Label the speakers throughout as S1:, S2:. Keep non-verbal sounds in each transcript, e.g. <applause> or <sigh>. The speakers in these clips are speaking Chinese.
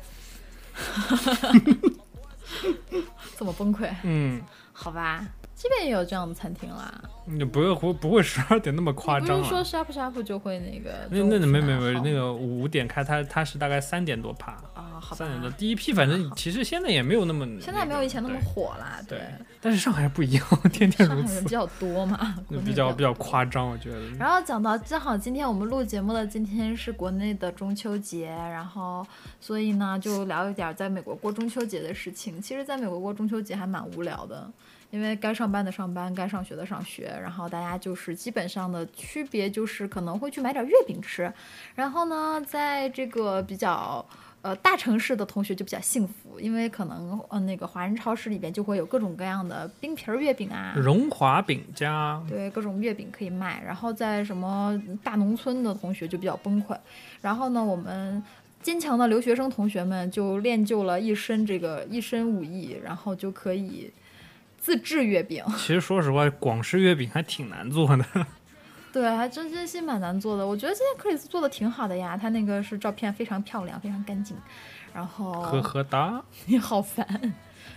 S1: 这么崩溃，
S2: 嗯，
S1: 好吧？这边也有这样的餐厅啦，
S2: 你就不会不不会十二点那么夸
S1: 你不
S2: 张
S1: 是说
S2: 了。
S1: 呷哺呷哺就会那个
S2: 那
S1: 中午
S2: 那
S1: 吃
S2: 没
S1: 饭
S2: 没没，
S1: 好
S2: 那个五点开，它它是大概三点多爬，
S1: 啊，好吧
S2: 三点多，第一批反正其实现在也没有那么，
S1: 现在没有以前那么
S2: 对
S1: 火啦，
S2: 对，但是上海不一样，天天 <laughs>
S1: 上
S2: 如
S1: 海人
S2: 此
S1: 比，较
S2: <laughs>
S1: 多嘛，
S2: 那
S1: 国内
S2: 比较比嗯较夸张，我觉得。
S1: 然后讲到，正好今天我们录节目的今天是国内的中秋节，然后所以呢就聊一点在美国过中秋节的事情。其实，在美国过中秋节还蛮无聊的，因为该上班的上班，该上学的上学，然后大家就是基本上的区别就是可能会去买点月饼吃，然后呢，在这个比较。呃，大城市的同学就比较幸福，因为可能呃那个华人超市里边就会有各种各样的冰皮儿月饼啊，
S2: 荣华饼家，
S1: 对，各种月饼可以卖。然后在什么大农村的同学就比较崩溃。然后呢，我们坚强的留学生同学们就练就了一身这个一身武艺，然后就可以自制月饼。 <laughs>
S2: 其实说实话，广式月饼还挺难做的。
S1: 对，还真真心蛮难做的。我觉得今天克里斯做的挺好的呀，他那个是照片非常漂亮，非常干净。然后
S2: 呵呵哒，
S1: <laughs> 你好烦，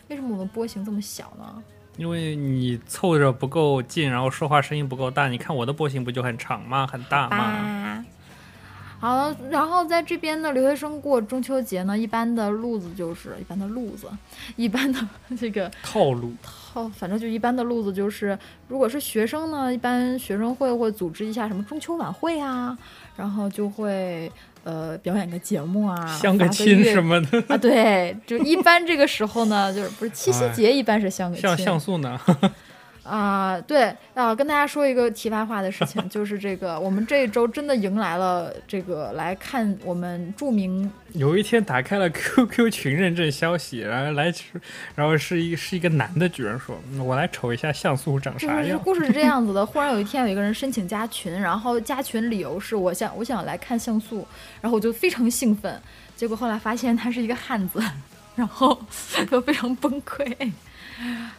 S1: 为什么我们波形这么小呢？
S2: 因为你凑着不够近，然后说话声音不够大，你看我的波形不就很长吗？很大吗？
S1: 吧。啊好，然后在这边呢，留学生过中秋节呢，一般的路子就是一般的路子，一般的这个
S2: 套路，
S1: 套，反正就一般的路子就是，如果是学生呢，一般学生会会组织一下什么中秋晚会啊，然后就会呃表演个节目啊，
S2: 相个
S1: 发
S2: 亲
S1: 乐
S2: 什么的，
S1: 啊，对，就一般这个时候呢，就是不是七夕
S2: 哎
S1: 节一般是相个亲，
S2: 像像素呢？ <laughs>
S1: 啊、对啊、跟大家说一个题外话的事情，
S2: <laughs>
S1: 就是这个，我们这一周真的迎来了这个来看我们著名
S2: 有一天打开了 QQ 群认证消息，然后来，然后是一是一个男的，居然说：“嗯我来瞅一下像素长
S1: 这
S2: 啥
S1: 是
S2: 样。
S1: 故事是这样
S2: <laughs>
S1: 子的，忽然有一天有一个人申请加群，然后加群理由是我想我想来看像素，然后我就非常兴奋，结果后来发现他是一个汉子，
S2: <laughs>
S1: 然后就非常崩溃。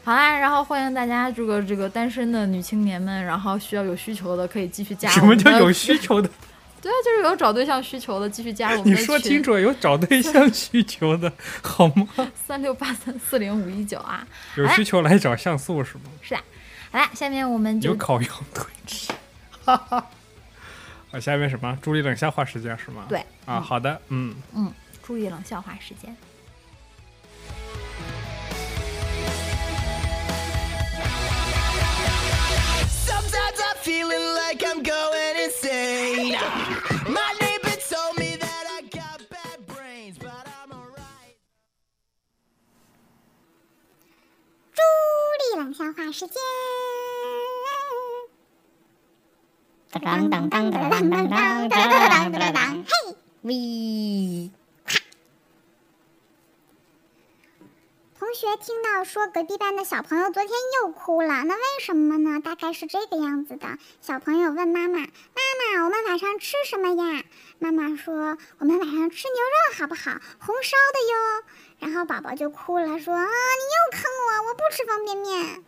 S1: 好啦，然后欢迎大家这个这个单身的女青年们，然后需要有需求的可以继续加”
S2: 什
S1: 我
S2: 么
S1: 们的
S2: 叫有需求的？
S1: 对啊，就是有找对象需求的继续加入我们
S2: 你
S1: 的群。哎
S2: 说清楚，有找
S1: <laughs>
S2: 对象需求的好吗？
S1: 三六八三四零五一九啊，
S2: 有需求来找像素是吗？
S1: 是的。好啦，下面我们
S2: 有
S1: 就
S2: 烤羊腿 <laughs> 吃，哈哈。啊，下面什么？朱莉冷笑话时间是吗？
S1: 对
S2: 啊，好的，嗯，
S1: 嗯，注意冷笑话时间。
S3: Sometimes I'm feeling like I'm going insane. My neighbor told me that I got bad brains, but I'm alright.
S4: 朱莉冷笑话时间。当当当当当当当当当当当，嘿，喂！同学听到说隔壁班的小朋友昨天又哭了，那为什么呢？大概是这个样子的：小朋友问妈妈：“妈妈，我们晚上吃什么呀？”妈妈说：“我们晚上吃牛肉好不好？红烧的哟。”然后宝宝就哭了，说：“啊，你又坑我，我不吃方便面。”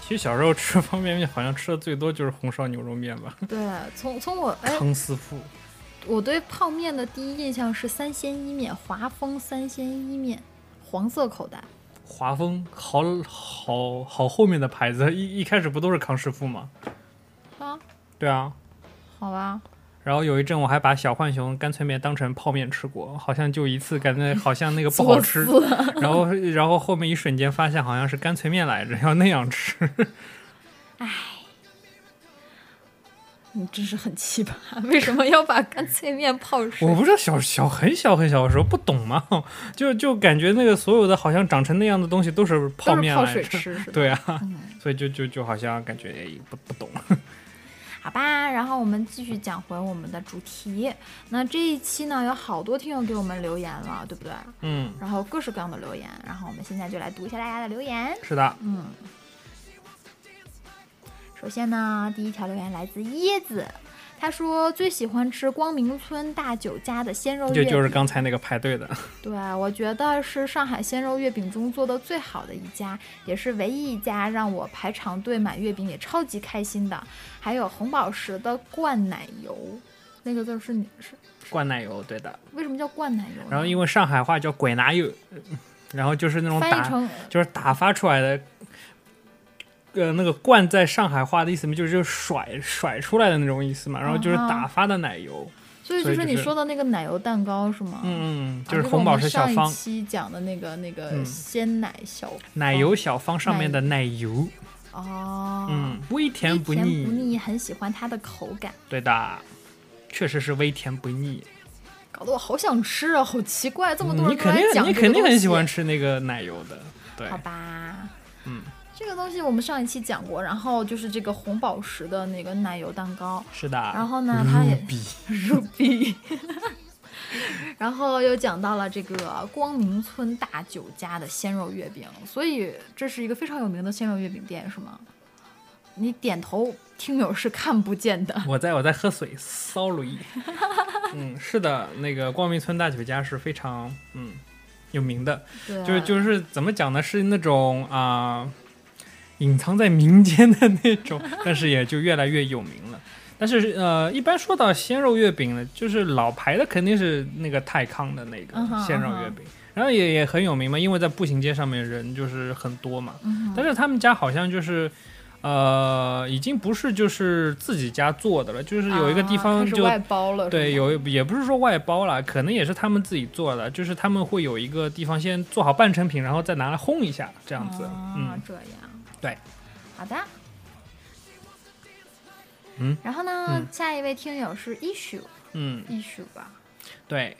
S2: 其实小时候吃方便面，好像吃的最多就是红烧牛肉面吧，
S1: 对，从从我哎，
S2: 康师傅。
S1: 我对泡面的第一印象是三鲜伊面，华丰三鲜伊面，黄色口袋。
S2: 华丰好好好后面的牌子，一一开始不都是康师傅吗？
S1: 啊，
S2: 对啊，
S1: 好吧，
S2: 然后有一阵我还把小浣熊干脆面当成泡面吃过，好像就一次感
S1: <laughs>
S2: 觉好像那个不好吃，
S1: 作死了
S2: 然后然后后面一瞬间发现好像是干脆面来着，要那样吃。
S1: 你真是很奇葩， <laughs> 为什么要把干脆面泡
S2: <laughs>
S1: 水
S2: 我？不知道小小很小很小的时候不懂嘛，就就感觉那个所有的好像长成那样的东西都是泡
S1: 都是
S2: 面
S1: 泡
S2: 来
S1: 水
S2: 着 <laughs>
S1: 吃是吧嗯
S2: 对啊，所以就就就好像感觉也不不
S1: <laughs>
S2: 懂。
S1: 好吧，然后我们继续讲回我们的主题。那这一期呢，有好多听友给我们留言了，对不对？
S2: 嗯，
S1: 然后各式各样的留言，然后我们现在就来读一下大家的留言。
S2: 是的，
S1: 嗯首先呢，第一条留言来自椰子，他说最喜欢吃光明村大酒家的鲜肉
S2: 就
S1: 月饼，
S2: 就是刚才那个排队的，
S1: 对我觉得是上海鲜肉月饼中做的最好的一家，也是唯一一家让我排长队买月饼也超级开心的。还有红宝石的灌奶油，那个字儿是你是
S2: 灌奶油，对的。
S1: 为什么叫灌奶油呢？啊
S2: 然后因为上海话叫鬼拿油，然后就是那种
S1: 翻译
S2: 打，
S1: 成
S2: 就是打发出来的，呃，那个灌在上海话的意思嘛，就是就是甩甩出来的那种意思嘛。然后就是
S1: 啊哈
S2: 打发的奶油，
S1: 所以
S2: 所
S1: 就
S2: 以
S1: 是
S2: 就
S1: 你
S2: 是
S1: 说的那个奶油蛋糕是吗？啊，
S2: 嗯，就是
S1: 那个
S2: 红
S1: 我
S2: 宝
S1: 们
S2: 石小
S1: 上
S2: 方
S1: 一、期讲的那个那个
S2: 嗯
S1: 鲜奶小
S2: 奶油小方上面的奶油，
S1: 哦，
S2: 嗯，微
S1: 微
S2: 甜不
S1: 甜
S2: 腻，
S1: 不腻，很喜欢它的口感，
S2: 对的，确实是微甜不腻。
S1: 搞得我好想吃啊，好奇怪，这么多
S2: 嗯你
S1: 人都
S2: 肯
S1: 来
S2: 定
S1: 讲
S2: 你
S1: 这个
S2: 肯定
S1: 东
S2: 很喜
S1: 西
S2: 欢吃那个奶油的，对
S1: 好，吧，
S2: 嗯，
S1: 这个东西我们上一期讲过，然后就是这个红宝石的那个奶油蛋糕，
S2: 是的。
S1: 然后呢，它也
S2: 入笔
S1: <laughs> Ruby，然后又讲到了这个光明村大酒家的鲜肉月饼，所以这是一个非常有名的鲜肉月饼店，是吗？你点头，听友是看不见的。
S2: 我在我在喝水，sorry。嗯，是的，那个光明村大酒家是非常嗯有名的，
S1: 对，
S2: 就是就是怎么讲呢？是那种啊、隐藏在民间的那种，但是也就越来越有名了。但是呃，一般说到鲜肉月饼呢，就是老牌的肯定是那个泰康的那个
S1: 嗯哼
S2: 鲜肉月饼，然后也也很有名嘛，因为在步行街上面人就是很多嘛。
S1: 嗯
S2: 但是他们家好像就是。呃，已经不是就是自己家做的了，就是有一个地
S1: 啊
S2: 方
S1: 开始
S2: 就
S1: 外包了，
S2: 对，
S1: 是吗
S2: 有也不是说外包啦，可能也是他们自己做的，就是他们会有一个地方先做好半成品，然后再拿来烘一下，这样子。
S1: 啊，
S2: 嗯，
S1: 这样，
S2: 对，
S1: 好的。
S2: 嗯，
S1: 然后呢，
S2: 嗯
S1: 下一位听友是 issue
S2: 嗯，
S1: issue 吧，
S2: 对。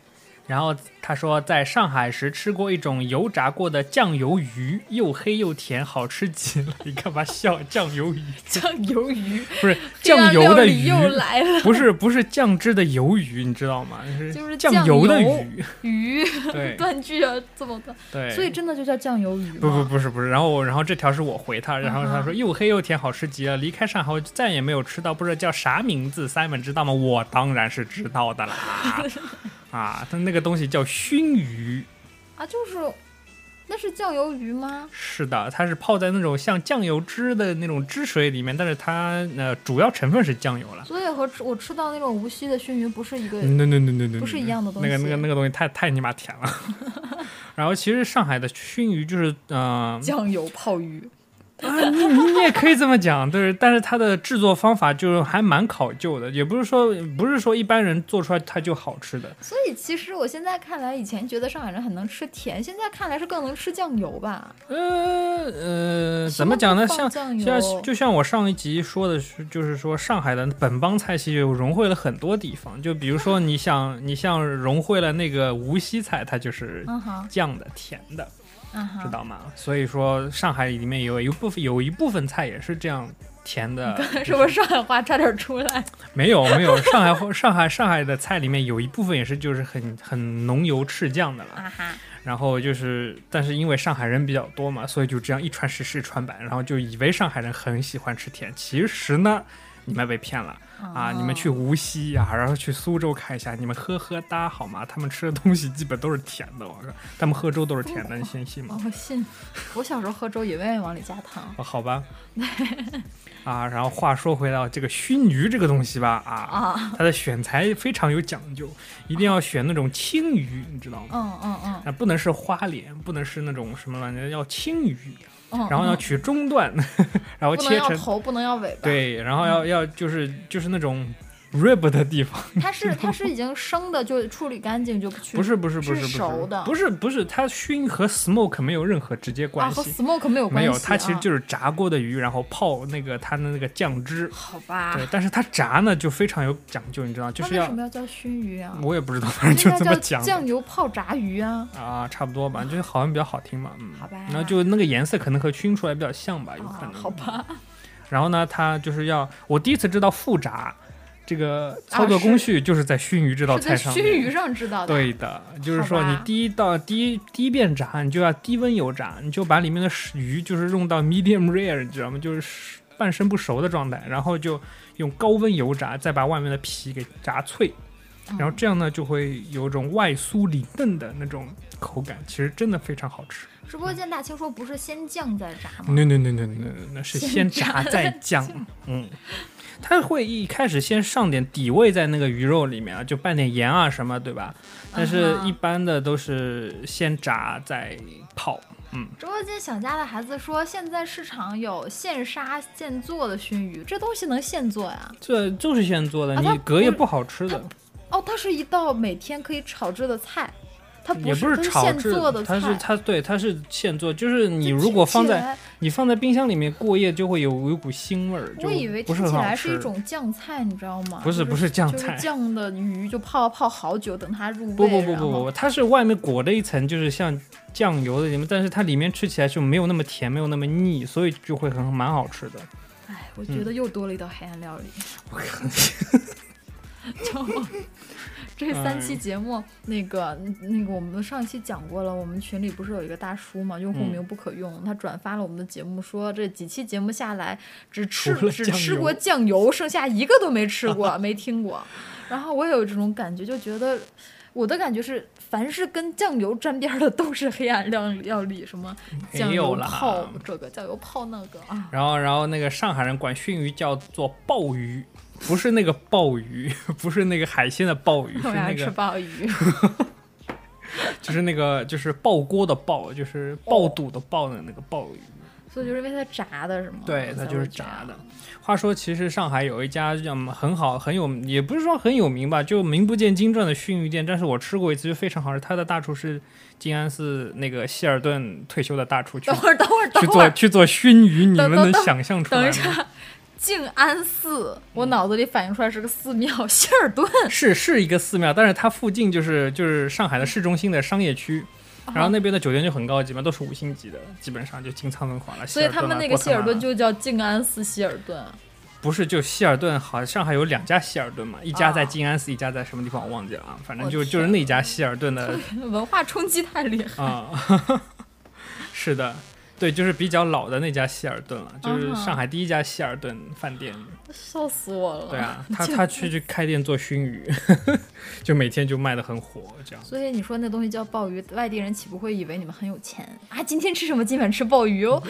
S2: 然后他说，在上海时吃过一种油炸过的酱油鱼，又黑又甜，好吃极了。你干嘛笑？酱油鱼
S1: 酱鱿 <laughs> 鱼，
S2: 不是酱油的鱼，
S1: 又来了，
S2: 不是不是酱汁的鱿鱼，你知道吗？
S1: <laughs> 就是
S2: 酱
S1: 酱
S2: 油的
S1: 油
S2: 鱼。
S1: 鱼 <laughs>
S2: 对
S1: 断句啊，这么断。
S2: 对，
S1: 所以真的就叫酱油鱼吗？
S2: 不不不是不是，然后我然后这条是我回他，然后
S1: 嗯
S2: 他
S1: 哼
S2: 说又黑又甜，好吃极了。离开上海，我就再也没有吃到，不知道叫啥名字，Simon 知道吗？我当然是知道
S1: <laughs>
S2: 的啦。啊，他那个东西叫熏鱼，
S1: 啊，就是那是酱油鱼吗？
S2: 是的，它是泡在那种像酱油汁的那种汁水里面，但是它呃主要成分是酱油了。
S1: 所以和吃我吃到那种无锡的熏鱼不是一个。
S2: no no no no no，
S1: 不是一样的东
S2: 那个
S1: 西
S2: 那个那个东西太太尼玛甜
S1: <laughs>
S2: 了。然后其实上海的熏鱼就是嗯、呃
S1: 酱油泡鱼，
S2: <laughs> 啊，你你也可以这么讲，就是但是它的制作方法就是还蛮考究的，也不是说不是说一般人做出来它就好吃的。
S1: 所以其实我现在看来，以前觉得上海人很能吃甜，现在看来是更能吃酱油吧？
S2: 呃呃，
S1: 什
S2: 怎
S1: 么
S2: 么讲呢？
S1: 不
S2: 像像
S1: 放酱油
S2: 就像我上一集说的是，就是说上海的本帮菜系有融汇了很多地方，就比如说你想你像融汇了那个无锡菜，它就是
S1: 嗯哼，
S2: 酱的、甜的，
S1: 嗯
S2: 知
S1: 哼，
S2: 道吗？所以说上海里面有一部分有一部分菜也是这样甜的，
S1: 是不是上海话差点出来？
S2: 没有没有， <laughs> 上海话上海上海的菜里面有一部分也是就是很很浓油赤酱的了，
S1: 啊哈，
S2: 然后就是但是因为上海人比较多嘛，所以就这样一传十十传百，然后就以为上海人很喜欢吃甜，其实呢你们被骗了
S1: 哦
S2: 啊！你们去无锡啊，然后去苏州看一下，你们呵呵哒好吗？他们吃的东西基本都是甜的，我靠，他们喝粥都是甜的，你信信吗
S1: 哦？我信，我小时候喝粥也愿意往里加糖
S2: 啊，好吧。啊，然后话说回到这个熏鱼这个东西吧，啊，
S1: 啊，
S2: 它的选材非常有讲究，一定要选那种青鱼，你知道吗？
S1: 嗯嗯嗯
S2: 啊，不能是花鲢，不能是那种什么玩意儿，要青鱼，
S1: 嗯，
S2: 然后要
S1: 嗯
S2: 取中段，然后 <laughs>
S1: 不能
S2: 切
S1: 要嗯
S2: 成
S1: 头，不能要尾巴，
S2: 对，然后要要就是就是那种 rib 的地方。<laughs>
S1: 它是它是已经生的就处理干净就不去，
S2: 不是不是不是不
S1: 是
S2: 是
S1: 熟的，
S2: 不是不是，它熏和 smoke 没有任何直接
S1: 啊
S2: 关
S1: 和
S2: 系，
S1: smoke 没有
S2: 没
S1: 关系啊，
S2: 有，它其实就是炸过的鱼，然后泡那个它的那个酱汁。
S1: 好吧。
S2: 对，但是它炸呢就非常有讲究，你知道，就
S1: 那
S2: 是
S1: 啊为
S2: 要
S1: 什么要叫熏鱼啊？
S2: 我也不知道，反正
S1: 应
S2: 就
S1: 该
S2: 这么
S1: 叫
S2: 讲
S1: 酱
S2: 的
S1: 油泡炸
S2: <laughs>
S1: 鱼啊。
S2: 啊，差不多吧，就是好像比较好听嘛，嗯，
S1: 好吧
S2: 然后就那个颜色可能和熏出来比较像吧，有可
S1: 啊
S2: 能，。嗯
S1: 好吧，
S2: 然后呢，它就是要我第一次知道复炸这个操作工序，就是在熏鱼这道
S1: 啊是在
S2: 菜上
S1: 熏
S2: 面。
S1: 鱼上知道的。
S2: 对的，就是
S1: 好
S2: 说你
S1: 吧
S2: 第一道第一第一遍炸，你就要低温油炸，你就把里面的食鱼就是用到 medium rare，你知道吗？就是半生不熟的状态，然后就用高温油炸，再把外面的皮给炸脆，然后这样呢就会有一种外酥里嫩的那种口感，其实真的非常好吃。
S1: 直播间大清说不是先酱再炸吗？
S2: no no no no no no，那是
S1: 啊先
S2: 先
S1: 炸
S2: 炸再
S1: <laughs>
S2: 酱，嗯，它会一开始先上点底味在那个鱼肉里面啊，就拌点盐啊什么，对吧？但是
S1: 嗯哼
S2: 一般的都是先炸再泡，嗯，
S1: 直播间想家的孩子说，现在市场有现杀现做的熏鱼，这东西能现做呀？
S2: 这就是现做的，
S1: 啊它
S2: 你隔夜
S1: 不是
S2: 不好吃的，
S1: 哦，它是一道每天可以炒制的菜，它不
S2: 也
S1: 是它
S2: 炒
S1: 现
S2: 制
S1: 做的菜。
S2: 它是它对它是现做，就是你
S1: 这
S2: 如
S1: 听
S2: 果放
S1: 起
S2: 在
S1: 来
S2: 你放在冰箱里面过夜，就会有有股腥味儿，就
S1: 我以为
S2: 不是
S1: 听起
S2: 很好
S1: 来是
S2: 吃。
S1: 一种酱菜，你知道吗？
S2: 不是
S1: 就
S2: 不是酱
S1: 就是
S2: 菜
S1: 酱的鱼就泡泡好久，等它入味。
S2: 不不不
S1: 然
S2: 不
S1: 后
S2: 不，它是外面裹着一层就是像酱油的里面，但是它里面吃起来就没有那么甜，没有那么腻，所以就会很蛮好吃的。
S1: 哎，我
S2: 嗯
S1: 觉得又多了一道黑暗料理。 <laughs> 就我这三
S2: 嗯
S1: 期节目，那个那个，我们上一期讲过了，我们群里不是有一个大叔嘛，用户
S2: 嗯
S1: 名不可用，他转发了我们的节目，说这几期节目下来只吃
S2: 除了
S1: 只
S2: 酱
S1: 吃
S2: 油
S1: 过酱油，剩下一个都没
S2: <laughs>
S1: 吃过，没听过。然后我也有这种感觉，就觉得我的感觉是，凡是跟酱油沾边儿的都是黑暗料料理，什么
S2: 嗯没
S1: 酱
S2: 有
S1: 油
S2: 啦
S1: 泡这个，酱油泡那个啊。
S2: 然后然后那个上海人管熏鱼叫做鲍鱼，不是那个鲍鱼， <laughs> 不是那个海鲜的鲍鱼，是
S1: <laughs> 我要
S2: 那
S1: 吃
S2: 个
S1: 鲍鱼，
S2: 就是那个就是爆锅的爆，就是
S1: 哦
S2: 爆肚的爆的那个鲍鱼。
S1: 所以就是因为它炸的是吗？
S2: 对，它
S1: 才
S2: 就是
S1: 会
S2: 炸
S1: 这样
S2: 的。。话说，其实上海有一家嗯很好很有，也不是说很有名吧，就名不见经传的熏鱼店。但是我吃过一次，就非常好吃。它的大厨是静安寺那个希尔顿退休的大厨去
S1: 等会儿，等会
S2: <laughs>
S1: 儿，
S2: 去
S1: 等会
S2: 做
S1: 儿，
S2: 去做熏鱼，你
S1: 等
S2: 们
S1: 等
S2: 能
S1: 等
S2: 想象出来
S1: 等
S2: 吗
S1: 一？下。静安寺，我
S2: 嗯
S1: 脑子里反映出来是个寺庙，希尔顿。
S2: 是是一个寺庙，但是它附近就是就是上海的市中心的商业区。
S1: 啊
S2: 然后那边的酒店就很高级嘛，都是五星级的，基本上就金苍文华了。
S1: 所以他们那个希
S2: 希
S1: 尔
S2: 尔顿
S1: 顿
S2: 啊
S1: 就叫静安寺希尔顿。
S2: 不是，就希尔顿好，上海有两家希尔顿嘛，一家
S1: 啊
S2: 在静安寺，一家在什么地方我忘记了啊，反正
S1: 我
S2: 就
S1: 天
S2: 就是那家希尔顿
S1: <laughs>
S2: 的
S1: 文化冲击太厉害。
S2: 啊， <laughs> 是的，对，就是比较老的那家希尔顿了，就是
S1: 嗯哼
S2: 上海第一家希尔顿饭店。
S1: 啊笑死我了。
S2: 对啊，他他去去开店做熏鱼， <laughs> 就每天就卖的很火，这样。
S1: 所以你说那东西叫鲍鱼，外地人岂不会以为你们很有钱啊？今天吃什么？今晚吃鲍鱼
S2: <laughs>
S1: 哦。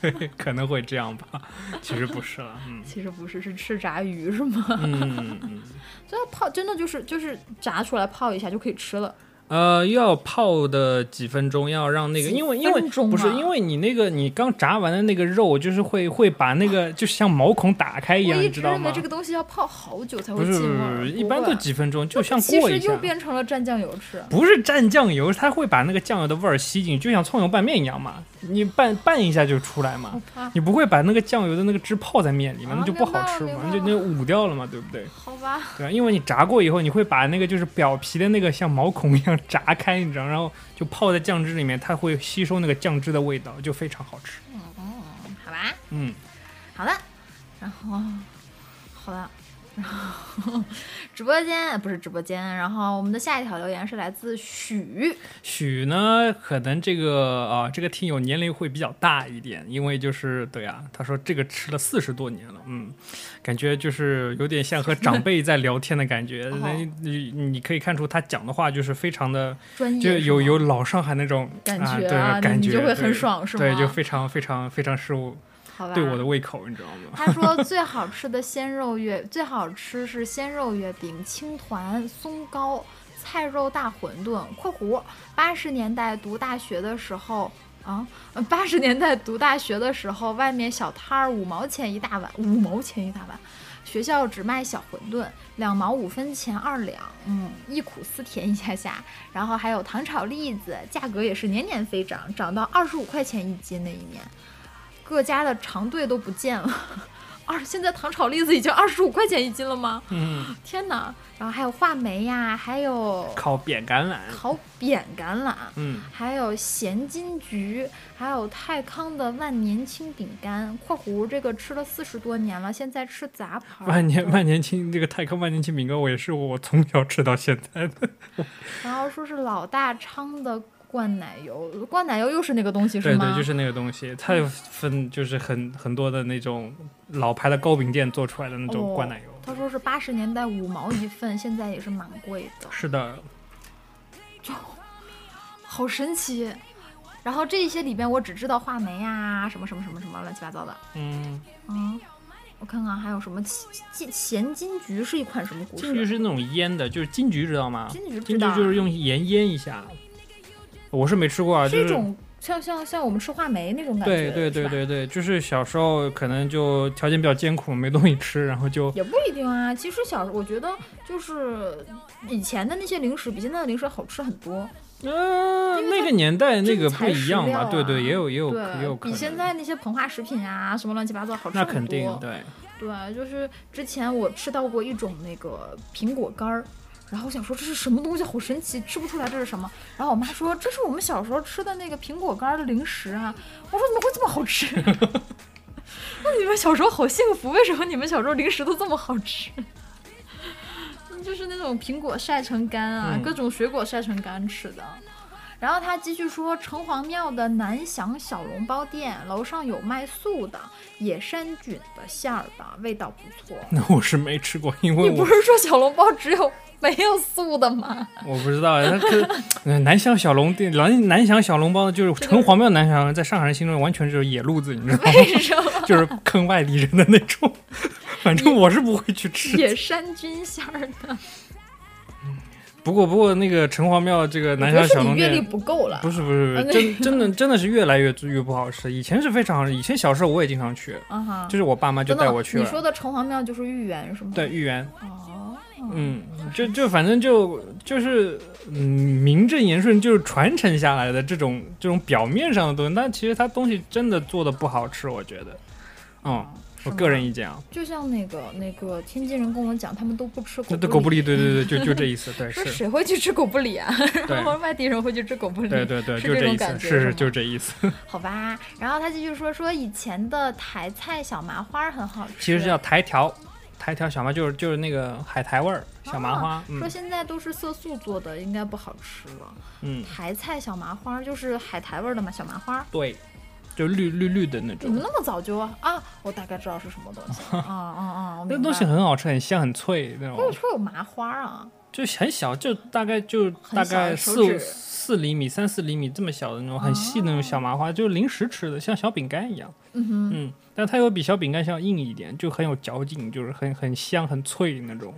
S2: 对，可能会这样 <laughs> 吧，其实不是了，
S1: <laughs>
S2: 嗯
S1: 其实不是，是吃炸鱼是吗？ <laughs>
S2: 嗯嗯，
S1: 所以泡真的就是就是炸出来泡一下就可以吃了。
S2: 呃，要泡的几分钟，要让那个，
S1: 几
S2: 因为因为
S1: 分钟
S2: 不是
S1: 啊
S2: 因为你那个你刚炸完的那个肉，就是会会把那个就是像毛孔打开一样，
S1: 我一
S2: 哎你
S1: 直
S2: 知道
S1: 认为
S2: 吗
S1: 这？个东西要泡好久才
S2: 不
S1: 会
S2: 是
S1: 进
S2: 不是
S1: 味
S2: 不
S1: 儿，
S2: 是，一般
S1: 不
S2: 都
S1: 会
S2: 几分钟，就像
S1: 其
S2: 过
S1: 实
S2: 一
S1: 又
S2: 下。
S1: 变成了蘸酱油吃，
S2: 不是蘸酱油，它会把那个酱油的味儿吸进去，就像葱油拌面一样嘛，你拌拌一下就出来嘛，
S1: 啊，
S2: 你不会把那个酱油的那个汁泡在面里嘛，
S1: 啊
S2: 那就不好吃
S1: 明白
S2: 嘛，
S1: 了
S2: 那就那捂掉了嘛，对不对？
S1: 好吧，
S2: 对啊，因为你炸过以后，你会把那个就是表皮的那个像毛孔一样炸开，你知道，然后就泡在酱汁里面，它会吸收那个酱汁的味道，就非常好吃。
S1: 好吧，
S2: 嗯，
S1: 好的，然后好了。然后直播间不是直播间，然后我们的下一条留言是来自许，
S2: 许呢，可能这个啊、这个听友年龄会比较大一点，因为就是对啊，他说这个吃了四十多年了，嗯，感觉就是有点像和长辈在聊天的感
S1: <laughs> 哦
S2: 觉。那你你你可以看出他讲的话就是非常的。
S1: 专业
S2: 就是有
S1: 吗
S2: 有老上海那种
S1: 感
S2: 啊
S1: 觉
S2: 对
S1: 啊你
S2: 感
S1: 你
S2: 觉
S1: 就会很
S2: 对
S1: 爽是
S2: 对，
S1: 吗
S2: 就非常非常非常是我
S1: 好吧
S2: 对我的胃口，你知道吗？
S1: 他说最好吃的鲜肉月，最好吃是鲜肉月饼、青团、松糕、菜肉大馄饨（括弧八十年代读大学的时候啊，八十年代读大学的时候，外面小摊儿五毛钱一大碗，五毛钱一大碗，学校只卖小馄饨，两毛五分钱二两，嗯，忆苦思甜一下下，然后还有糖炒栗子，价格也是年年飞涨，涨到二十五块钱一斤那一年，各家的长队都不见了。二啊现在糖炒栗子已经二十五块钱一斤了吗？
S2: <laughs> 嗯，
S1: 天哪！然后还有话梅呀，还有
S2: 烤扁橄榄，
S1: 烤扁橄榄，
S2: 嗯，
S1: 还有咸金桔，还有泰康的万年青饼干（括弧这个吃了四十多年了，现在吃杂牌儿的）
S2: 万年万年青这个泰康万年青饼干，我也是我从小吃到现在的。 <laughs>
S1: 然后说是老大昌的灌奶油，灌奶油又是那个东西
S2: 对
S1: 吗？
S2: 对，就是那个东西，它有分就是很很多的那种老牌的糕饼店做出来的那种灌奶油。
S1: 哦。他说是八十年代五毛一份，现在也是蛮贵的。
S2: 是的，
S1: 好神奇。然后这一些里边，我只知道话梅呀，什么什么什么什么乱七八糟的。
S2: 嗯，
S1: 嗯，我看看还有什么咸咸金桔是一款什么果
S2: 金桔
S1: 水？
S2: 是那种腌的，就是金桔知道吗？
S1: 金桔知
S2: 金
S1: 道
S2: 桔
S1: 啊
S2: 就是用盐腌一下，我是没吃过啊，就是
S1: 一种像像像我们吃话梅那种感
S2: 对
S1: 觉，
S2: 对对
S1: 是吧，
S2: 对对，就是小时候可能就条件比较艰苦，没东西吃，然后就
S1: 也不一定啊。其实小时候我觉得就是以前的那些零食比现在的零食好吃很多，
S2: 嗯、
S1: 因为
S2: 那
S1: 它
S2: 个年代那
S1: 真
S2: 个不
S1: 材
S2: 一
S1: 实
S2: 样
S1: 料
S2: 嘛，对对，
S1: 啊
S2: 也有也有也有
S1: 对，
S2: 可
S1: 比
S2: 能。
S1: 现在那些膨化食品啊什么乱七八糟好吃
S2: 那
S1: 很多。
S2: 肯定对，
S1: 对，啊就是之前我吃到过一种那个苹果干儿，然后我想说这是什么东西，好神奇，吃不出来这是什么。然后我妈说这是我们小时候吃的那个苹果干儿的零食啊。我说怎么会这么好吃？ <laughs> 那你们小时候好幸福，为什么你们小时候零食都这么好吃？ <laughs> 就是那种苹果晒成干啊，
S2: 嗯
S1: 各种水果晒成干吃的。啊然后他继续说，城隍庙的南翔小笼包店楼上有卖素的野山菌的馅儿的，味道不错。
S2: 那我是没吃过，因为
S1: 你不
S2: 我
S1: 是说小笼包只有没有素的吗？
S2: 我不知道哎，他可呃
S1: <laughs>
S2: 南翔小笼店，南南翔小笼包就是城隍庙南翔，在上海人心中完全就是野路子，你知道吗？
S1: 为什么？
S2: <laughs> 就是坑外地人的那
S1: <laughs>
S2: 种。反正我是不会去吃。
S1: 野山菌馅儿的，
S2: 不过不过那个城隍庙这个南
S1: 我
S2: 翔
S1: 觉
S2: 小
S1: 得是
S2: 笼
S1: 你阅历
S2: 店。
S1: 不够了。
S2: 不是不是
S1: 啊
S2: 不是，
S1: 那
S2: 真真的真的是越来越越不好吃。以前是非常好吃，以前小时候我也经常去，
S1: 啊哈，
S2: 就是我爸妈就
S1: 等等
S2: 带我去
S1: 你说
S2: 了。
S1: 的城隍庙就是豫园是吗？
S2: 对，豫园，
S1: 哦，
S2: 嗯，就就反正就就是嗯，名正言顺就是传承下来的这种这种表面上的东西，但其实它东西真的做的不好吃，我觉得，嗯，我
S1: 哦吗
S2: 个人意见啊，
S1: 就像那个那个天津人跟我讲，他们都不吃
S2: 那
S1: 狗
S2: 对狗不
S1: 理，
S2: 理，对对对，就
S1: <laughs>
S2: 就这意思，对
S1: 说
S2: 是，
S1: 谁会去吃狗不理啊？
S2: 对
S1: 然后 <laughs> 外地人会去吃狗不理，
S2: 对
S1: <laughs>
S2: 对对，
S1: 是
S2: 就
S1: 这种
S2: 意思，
S1: 感觉
S2: 是
S1: 吗
S2: 是就这意思， <laughs>
S1: 好吧。然后他继续说说以前的台菜小麻花儿很好吃，
S2: 其实叫台条，台条小麻就是就是那个海苔味儿小麻花
S1: 啊，说
S2: 嗯
S1: 现在都是色素做的，应该不好吃了。
S2: 嗯，
S1: 台菜小麻花儿就是海苔味儿的嘛，小麻花儿。
S2: 对，就绿绿绿的那
S1: 你们
S2: 种，
S1: 那么早就啊？我大概知道是什么东
S2: <laughs>
S1: 西。啊啊啊！我
S2: 那
S1: 明
S2: 东西
S1: 白了
S2: 很好吃，很香，很脆那种。
S1: 为什么有麻花儿啊？
S2: 就很小，就大概就大
S1: 很小
S2: 概
S1: 的手
S2: 四
S1: 指哦
S2: 四厘米、三四厘米这么小的那种很细的那种小麻花，就是零食吃的，像小饼干一样。
S1: 嗯哼，
S2: 嗯，但它又比小饼干要硬一点，就很有嚼劲，就是很很香、很脆那种。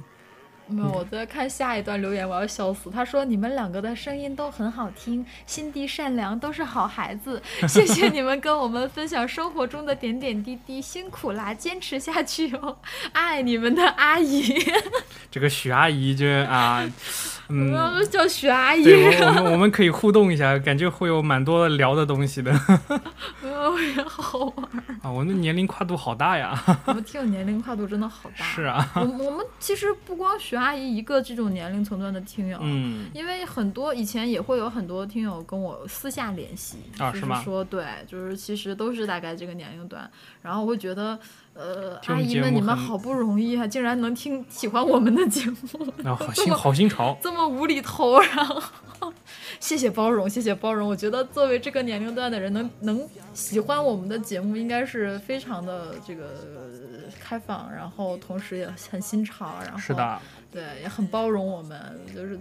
S1: 没有，我在看下一段留言，我要笑死。他说你们两个的声音都很好 <laughs> 听，心地善良，都是好孩子。 <laughs> 谢谢你们跟我们分享生活中的点点滴滴，辛苦啦，坚持下去哦， <laughs> 爱你们的阿姨，
S2: 这个许阿姨就啊，
S1: <laughs>
S2: 嗯，
S1: 我叫许阿姨。 <laughs>
S2: 对我我们我们可以互动一下，感觉会有蛮多聊的东西的 <laughs>
S1: 我也哎好玩。
S2: 啊。我们的年龄跨度好大呀。
S1: 我们听友年龄跨度真的好大。
S2: 是啊，
S1: 我我们其实不光徐阿姨一个这种年龄层段的听友， <laughs>
S2: 嗯，
S1: 因为很多以前也会有很多听友跟我私下联系，
S2: 啊
S1: 就是
S2: 吗
S1: 说对，就是其实都是大概这个年龄段，然后我会觉得，呃，
S2: 听我
S1: 阿
S2: 们
S1: 姨
S2: 节
S1: 们
S2: 目
S1: 你们
S2: 很
S1: 好不容易啊，竟然能听喜欢我们的节目，
S2: 那好
S1: 这
S2: 新
S1: 么
S2: 好新潮。
S1: <laughs> 这么无厘头，然后 <laughs> 谢谢包容，谢谢包容。我觉得作为这个年龄段的人能，能喜欢我们的节目，应该是非常的这个呃开放，然后同时也很新潮，然后
S2: 是，的，
S1: 对，也很包容我们，就是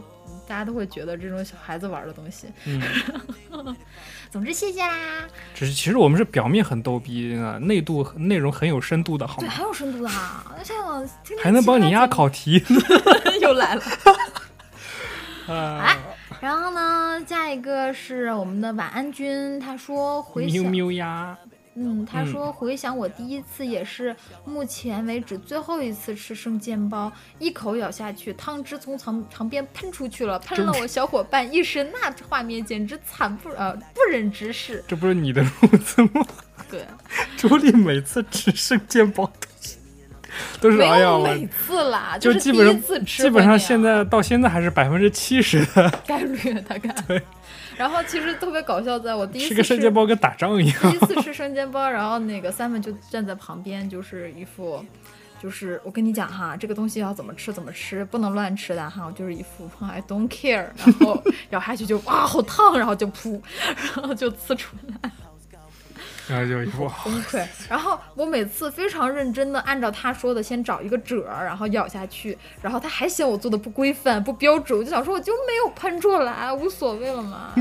S1: 大家都会觉得这种小孩子玩的东西。
S2: 嗯，
S1: <laughs> 总之，谢谢啊啦，
S2: 只是其实我们是表面很逗逼啊，内度内容很有深度的，好
S1: 对，
S2: 吗？
S1: 很有深度的啊，这样听听
S2: 还能帮你压考题。 <laughs>
S1: 其他节目又来了。
S2: 啊，
S1: 然后呢，下一个是我们的晚安君，他说回
S2: 喵
S1: 想，
S2: 喵呀，
S1: 嗯，他
S2: 嗯
S1: 说回想我第一次也是目前为止最后一次吃生煎包，一口咬下去，汤汁从旁旁边喷出去了，喷了我小伙伴一身，那画面简直惨不呃不忍直视。
S2: 这不是你的路子吗？ <laughs>
S1: 对，
S2: 朱莉每次吃生煎包都是都是
S1: <laughs> 没
S2: 哎呀，
S1: 有
S2: 我
S1: 每次啦，
S2: 就是基
S1: 第
S2: 本
S1: 一
S2: 上
S1: 次
S2: 基
S1: 吃会
S2: 本
S1: 那
S2: 上
S1: 样
S2: 现在到现在还是百分之七十的
S1: 概率大概。 <laughs> 然后其实特别搞笑，在我第一次
S2: 吃个生煎包跟打仗一
S1: <laughs>
S2: <laughs>
S1: 第
S2: 样。
S1: 一次吃生煎包，然后那个 Simon 就站在旁边，就是一副，就是我跟你讲哈，这个东西要怎么吃怎么吃，不能乱吃的哈。我就是一副 I don't care，然后 <laughs> 咬下去就哇好烫，然后就噗，然后就呲出来，
S2: 然后啊就一副
S1: 崩溃。然后我每次非常认真的按照他说的，先找一个褶儿，然后咬下去，然后他还嫌我做的不规范、不标准，我就想说我就没有喷出来，无所谓了
S2: <laughs>
S1: 嘛。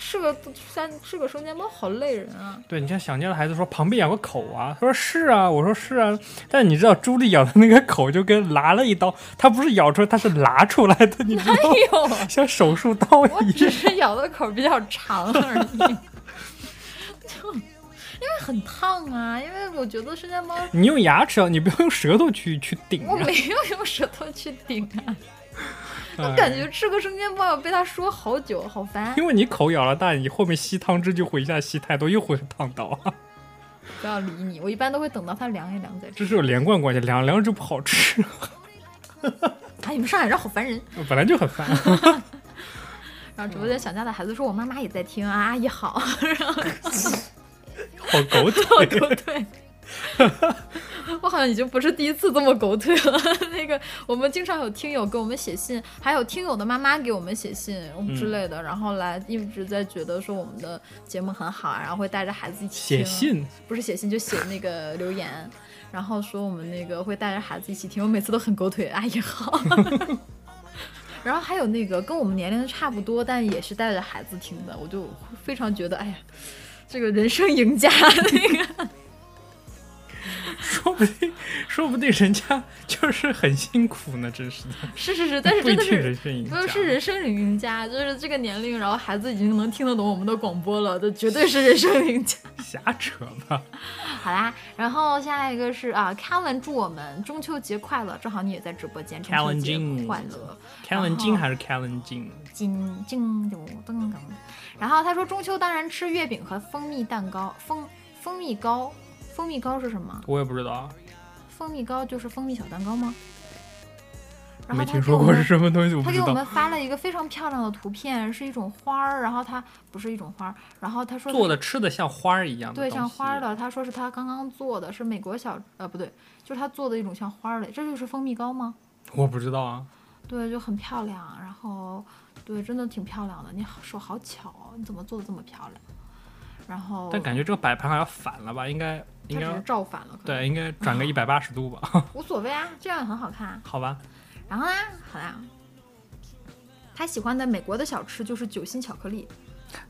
S1: 吃个三吃个生煎包好累人
S2: <laughs>
S1: 啊。
S2: 对，你像想家的孩子说旁边咬个口啊，他说是啊，我说是啊，但你知道朱莉咬的那个口就跟剌了一刀，她不是咬出来，她是剌出来的，你知道吗？
S1: 哎呦。
S2: 像手术刀
S1: 我
S2: 一
S1: 只
S2: 样。
S1: 是咬的口比较长而
S2: <laughs>
S1: 已，就因为很烫啊，因为我觉得生煎包
S2: 你用牙齿咬，你不要用舌头去去顶
S1: 我
S2: 啊！
S1: 没
S2: <laughs>
S1: 有用舌头去顶啊，
S2: 哎
S1: 感觉吃个生煎包要被他说好久，好烦，
S2: 因为你口咬了大，你后面吸汤汁就会一下吸太多，又会烫到 <laughs> 啊。
S1: 不要理你。我一般都会等到它凉一凉再吃。
S2: 这是有连贯关系，凉凉了就不好吃， <laughs>
S1: 哎，你们上海人好烦人。
S2: 本来就很
S1: <laughs>
S2: 烦。
S1: 然后直播间想家的孩子说，我妈妈也在听啊，阿姨好， <laughs>
S2: 好狗
S1: 我
S2: 腿。
S1: 狗腿。我好像已经不是第一次这么狗腿了。那个，我们经常有听友给我们写信，还有听友的妈妈给我们写信之类的，然后来一直在觉得说我们的节目很好，啊然后会带着孩子一起
S2: <laughs> 写
S1: 听。
S2: 信，
S1: 不是写信，就写那个 <laughs> 留言，然后说我们那个会带着孩子一起听，我每次都很狗腿，阿姨好。 <laughs> 然后还有那个跟我们年龄差不多，但也是带着孩子听的，我就非常觉得，哎呀，这个人生赢家 <laughs> 那个。
S2: 说不定，说不定人家就是很辛苦呢，真是的，
S1: 是是是，但是
S2: 不一
S1: 真的
S2: 定人
S1: 是。
S2: 生赢
S1: 不
S2: 家。
S1: 是人生赢家，就是这个年龄，然后孩子已经能听得懂我们的广播了，这绝对是人生赢家。 <laughs>
S2: 瞎扯吧。
S1: 好啦，然后下一个是啊，Kevin 祝我们中秋节快乐，正好你也在直播间，中秋
S2: Kevin
S1: 节
S2: 君
S1: 快乐，
S2: 凯
S1: 啊
S2: 文金还是凯文金？
S1: 金金有噔噔。然后他说中秋当然吃月饼和蜂蜜蛋糕，蜂蜂蜜糕，蜂蜜糕是什么？
S2: 我也不知道，
S1: 蜂蜜糕就是蜂蜜小蛋糕吗？然后
S2: 啊没
S1: 他
S2: 听
S1: 给
S2: 说
S1: 我
S2: 过
S1: 们
S2: 是什么东西，我不
S1: 他给
S2: 知
S1: 我
S2: 道。
S1: 们发了一个非常漂亮的图片，是一种花儿，然后他不是一种花儿，然后他说
S2: 做的吃的像花儿一样的
S1: 对
S2: 东
S1: 像
S2: 西
S1: 花儿。的，他说是他刚刚做的，是美国小呃不对，就是他做的一种像花儿的，这就是蜂蜜糕吗？
S2: 我不知道啊，
S1: 对，就很漂亮，然后对，真的挺漂亮的，你好手好巧哦，你怎么做的这么漂亮？然后
S2: 但感觉这个摆盘好像反了吧？应该应
S1: 哦他只是啊
S2: 该
S1: 照反了，可能
S2: 对，应该转个一百八十度吧？ <laughs>
S1: 无所谓啊，这样也很好看啊。
S2: 好吧，
S1: 然后呢，好啦，他喜欢的美国的小吃就是酒心巧克力，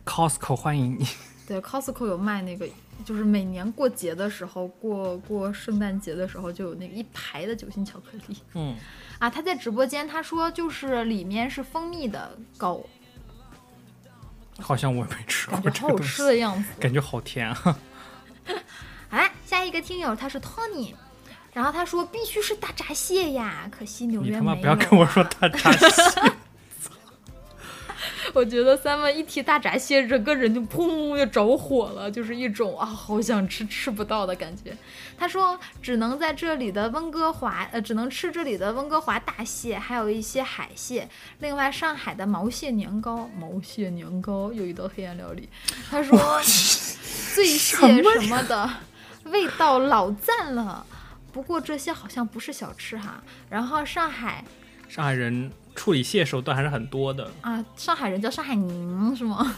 S2: Costco 欢迎你。
S1: 对，Costco 有卖那个，就是每年过节的时候，过过圣诞节的时候，就有那个一排的酒心巧克力
S2: 嗯，
S1: 啊。他在直播间他说，就是里面是蜂蜜的糕，
S2: <laughs> 好像 <laughs> 我也没吃
S1: 感
S2: 过
S1: 觉
S2: 这
S1: 好
S2: 个
S1: 好
S2: 东
S1: 吃
S2: 西，
S1: 的样子。
S2: 感觉好甜啊！
S1: 好啦，哎下一个听友他是 Tony，然后他说必须是大闸蟹呀，可惜纽
S2: 你
S1: 约
S2: 他
S1: 没
S2: 妈
S1: 有。啊
S2: 不要跟我说
S1: <laughs>
S2: 大闸蟹，
S1: 我觉得三文一提大闸蟹，整个人就砰就着火了，就是一种啊好想吃吃不到的感觉。他说只能在这里的温哥华，呃，只能吃这里的温哥华大蟹，还有一些海蟹。另外，上海的毛蟹年糕，毛蟹年糕又一道黑暗料理。他说醉蟹什么的味道老赞了，不过这些好像不是小吃哈。然后上海
S2: 上海人处理蟹手段还是很多的。
S1: 啊，上海人叫上海宁是吗？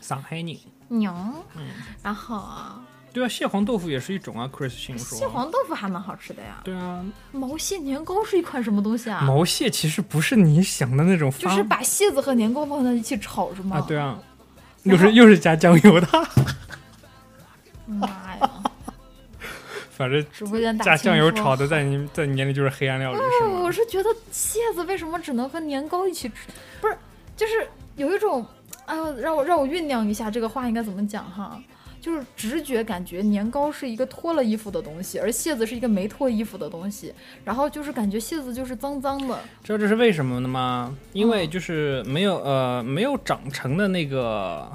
S2: 上海人，
S1: 宁，
S2: 嗯
S1: 然后啊，
S2: 对啊，蟹黄豆腐也是一种啊，Christian 说。
S1: 蟹黄豆腐还蛮好吃的呀。
S2: 对啊，
S1: 毛蟹年糕是一款什么东西啊？
S2: 毛蟹其实不是你想的那种
S1: 就
S2: 发
S1: 是把蟹子和年糕放在一起炒是吗？
S2: 啊，对啊，又
S1: 然后
S2: 是又是加酱油
S1: <laughs>
S2: 的，
S1: 妈呀！
S2: 反正
S1: 直播间打
S2: <laughs> 加
S1: 清
S2: 酱油
S1: 说哦
S2: 炒的，在你在你眼里就是黑暗料理是
S1: 我
S2: 吗？
S1: 是觉得蟹子为什么只能和年糕一起吃？不是，就是有一种，哎呦，让我让我酝酿一下这个话应该怎么讲哈，就是直觉感觉年糕是一个脱了衣服的东西，而蟹子是一个没脱衣服的东西，然后就是感觉蟹子就是脏脏的，
S2: 知道这是为什么的吗？因
S1: 嗯
S2: 为就是没有呃没有长成的那个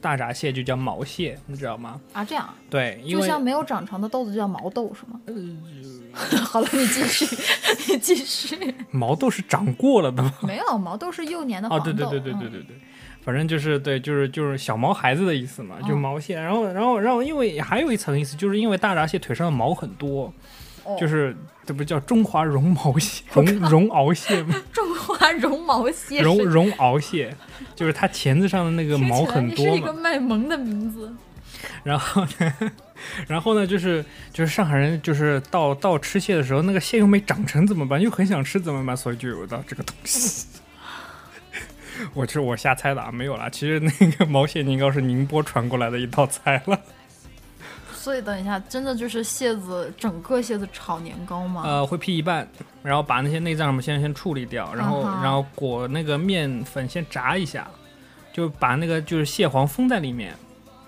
S2: 大闸蟹就叫毛蟹，你知道吗？
S1: 啊，这样
S2: 对，因
S1: 就
S2: 为
S1: 像没有长成的豆子就叫毛豆是吗？
S2: 呃
S1: <laughs> 好了，你继续，你继续。
S2: 毛豆是长过了的嘛。
S1: 没有毛豆是幼年的
S2: 哦，
S1: 黄豆。
S2: 对对对对对
S1: 嗯
S2: 对对，反正就是对，就是就是小毛孩子的意思嘛，就
S1: 嗯
S2: 毛蟹。然后然后然后，因为还有一层意思，就是因为大闸蟹腿上的毛很多，
S1: 哦
S2: 就是这不叫中华绒毛
S1: <laughs>
S2: 蟹、绒绒螯蟹吗？
S1: 中华绒毛蟹
S2: 绒
S1: 是
S2: 绒螯蟹，就是它钳子上的那个
S1: 听起
S2: 毛
S1: 来
S2: 很
S1: 是
S2: 多
S1: 一个
S2: 嘛。
S1: 卖萌的名字。
S2: 然后呢，然后呢，就是就是上海人就是到到吃蟹的时候，那个蟹又没长成怎么办？又很想吃怎么办？所以就有到这个东西。 <laughs> 我是我瞎猜的啊，没有啦。其实那个毛蟹年糕是宁波传过来的一道菜了。 <laughs>
S1: 所以等一下，真的就是蟹子整个蟹子炒年糕吗？
S2: 呃，会劈一半，然后把那些内脏什么先先处理掉，然后、
S1: 啊哈
S2: 然后裹那个面粉先炸一下，就把那个就是蟹黄封在里面，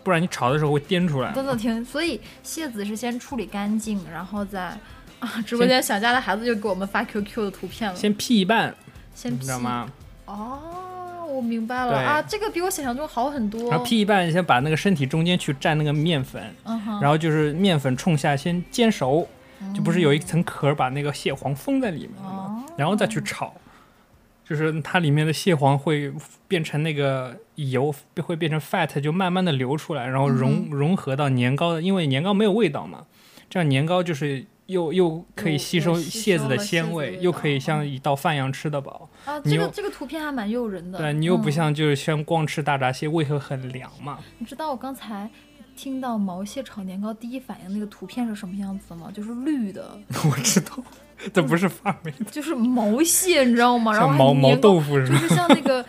S2: 不然你炒的时候会颠出来。
S1: 等等停，所以蟹子是先处理干净，然后再啊，直播间想家的孩子就给我们发 QQ 的图片了，
S2: 先劈一半，
S1: 先
S2: 你知道
S1: 劈？
S2: 吗？
S1: 哦，我明白了
S2: 对
S1: 啊，这个比我想象中好很多。
S2: 然后劈一半，先把那个身体中间去蘸那个面粉，
S1: 哦嗯哼，嗯
S2: 然后就是面粉冲下先煎熟，就不是有一层壳儿把那个蟹黄封在里面了吗？
S1: 哦
S2: 然后再去炒，就是它里面的蟹黄会变成那个油，会变成 fat，就慢慢的流出来，然后
S1: 嗯
S2: 融、融合到年糕的，因为年糕没有味道嘛，这样年糕就是。又又可以
S1: 又
S2: 吸
S1: 又
S2: 收
S1: 吸
S2: 蟹
S1: 收
S2: 子的
S1: 了蟹
S2: 鲜
S1: 子
S2: 味，
S1: 味
S2: 又
S1: 道
S2: 可以像
S1: 嗯
S2: 一道饭一样吃得饱。
S1: 啊，
S2: 你
S1: 这个
S2: 又
S1: 这个图片还蛮诱人的。
S2: 对你又不
S1: 嗯
S2: 像就是像光吃大闸蟹，胃口很凉嘛。
S1: 你知道我刚才听到毛蟹炒年糕第一反应那个图片是什么样子吗？就是绿的， <laughs>
S2: <laughs> 我知道，这不是发霉的，
S1: 就是毛蟹，你知道吗？然后
S2: 像
S1: 还
S2: 毛
S1: 有
S2: 毛
S1: 年糕
S2: 豆腐是
S1: 就
S2: 吧？
S1: 是像那个，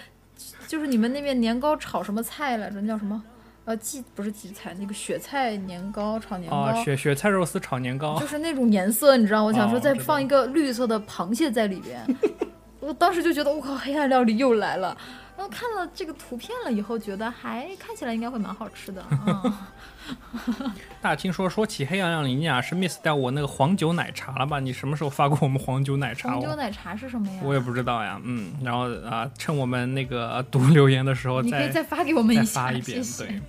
S1: 就是你们那边年糕炒什么菜来着？那叫什么？呃，荠不是荠菜，那个雪菜年糕炒年糕，
S2: 啊，雪雪菜肉丝炒年糕
S1: 就，是那种颜色，你知道？我想
S2: 哦
S1: 说再
S2: 知道
S1: 放一个绿色的螃蟹在
S2: <laughs>
S1: 里边，我当时就觉得我靠，黑暗料理又来了。然后看了这个图片了以后，觉得还看起来应该会蛮好吃的啊。嗯
S2: 大清说说起黑暗料理，你俩啊是 miss 掉我那个黄酒奶茶了吧？你什么时候发过我们黄酒奶茶？
S1: 红酒
S2: 我
S1: 奶茶是什么呀？
S2: 我也不知道呀，嗯，然后啊，趁我们那个呃读留言的时候
S1: 你可
S2: 再
S1: 以再发给我们
S2: 再
S1: 一
S2: 发
S1: 下，
S2: 一遍，
S1: 谢谢
S2: 对。，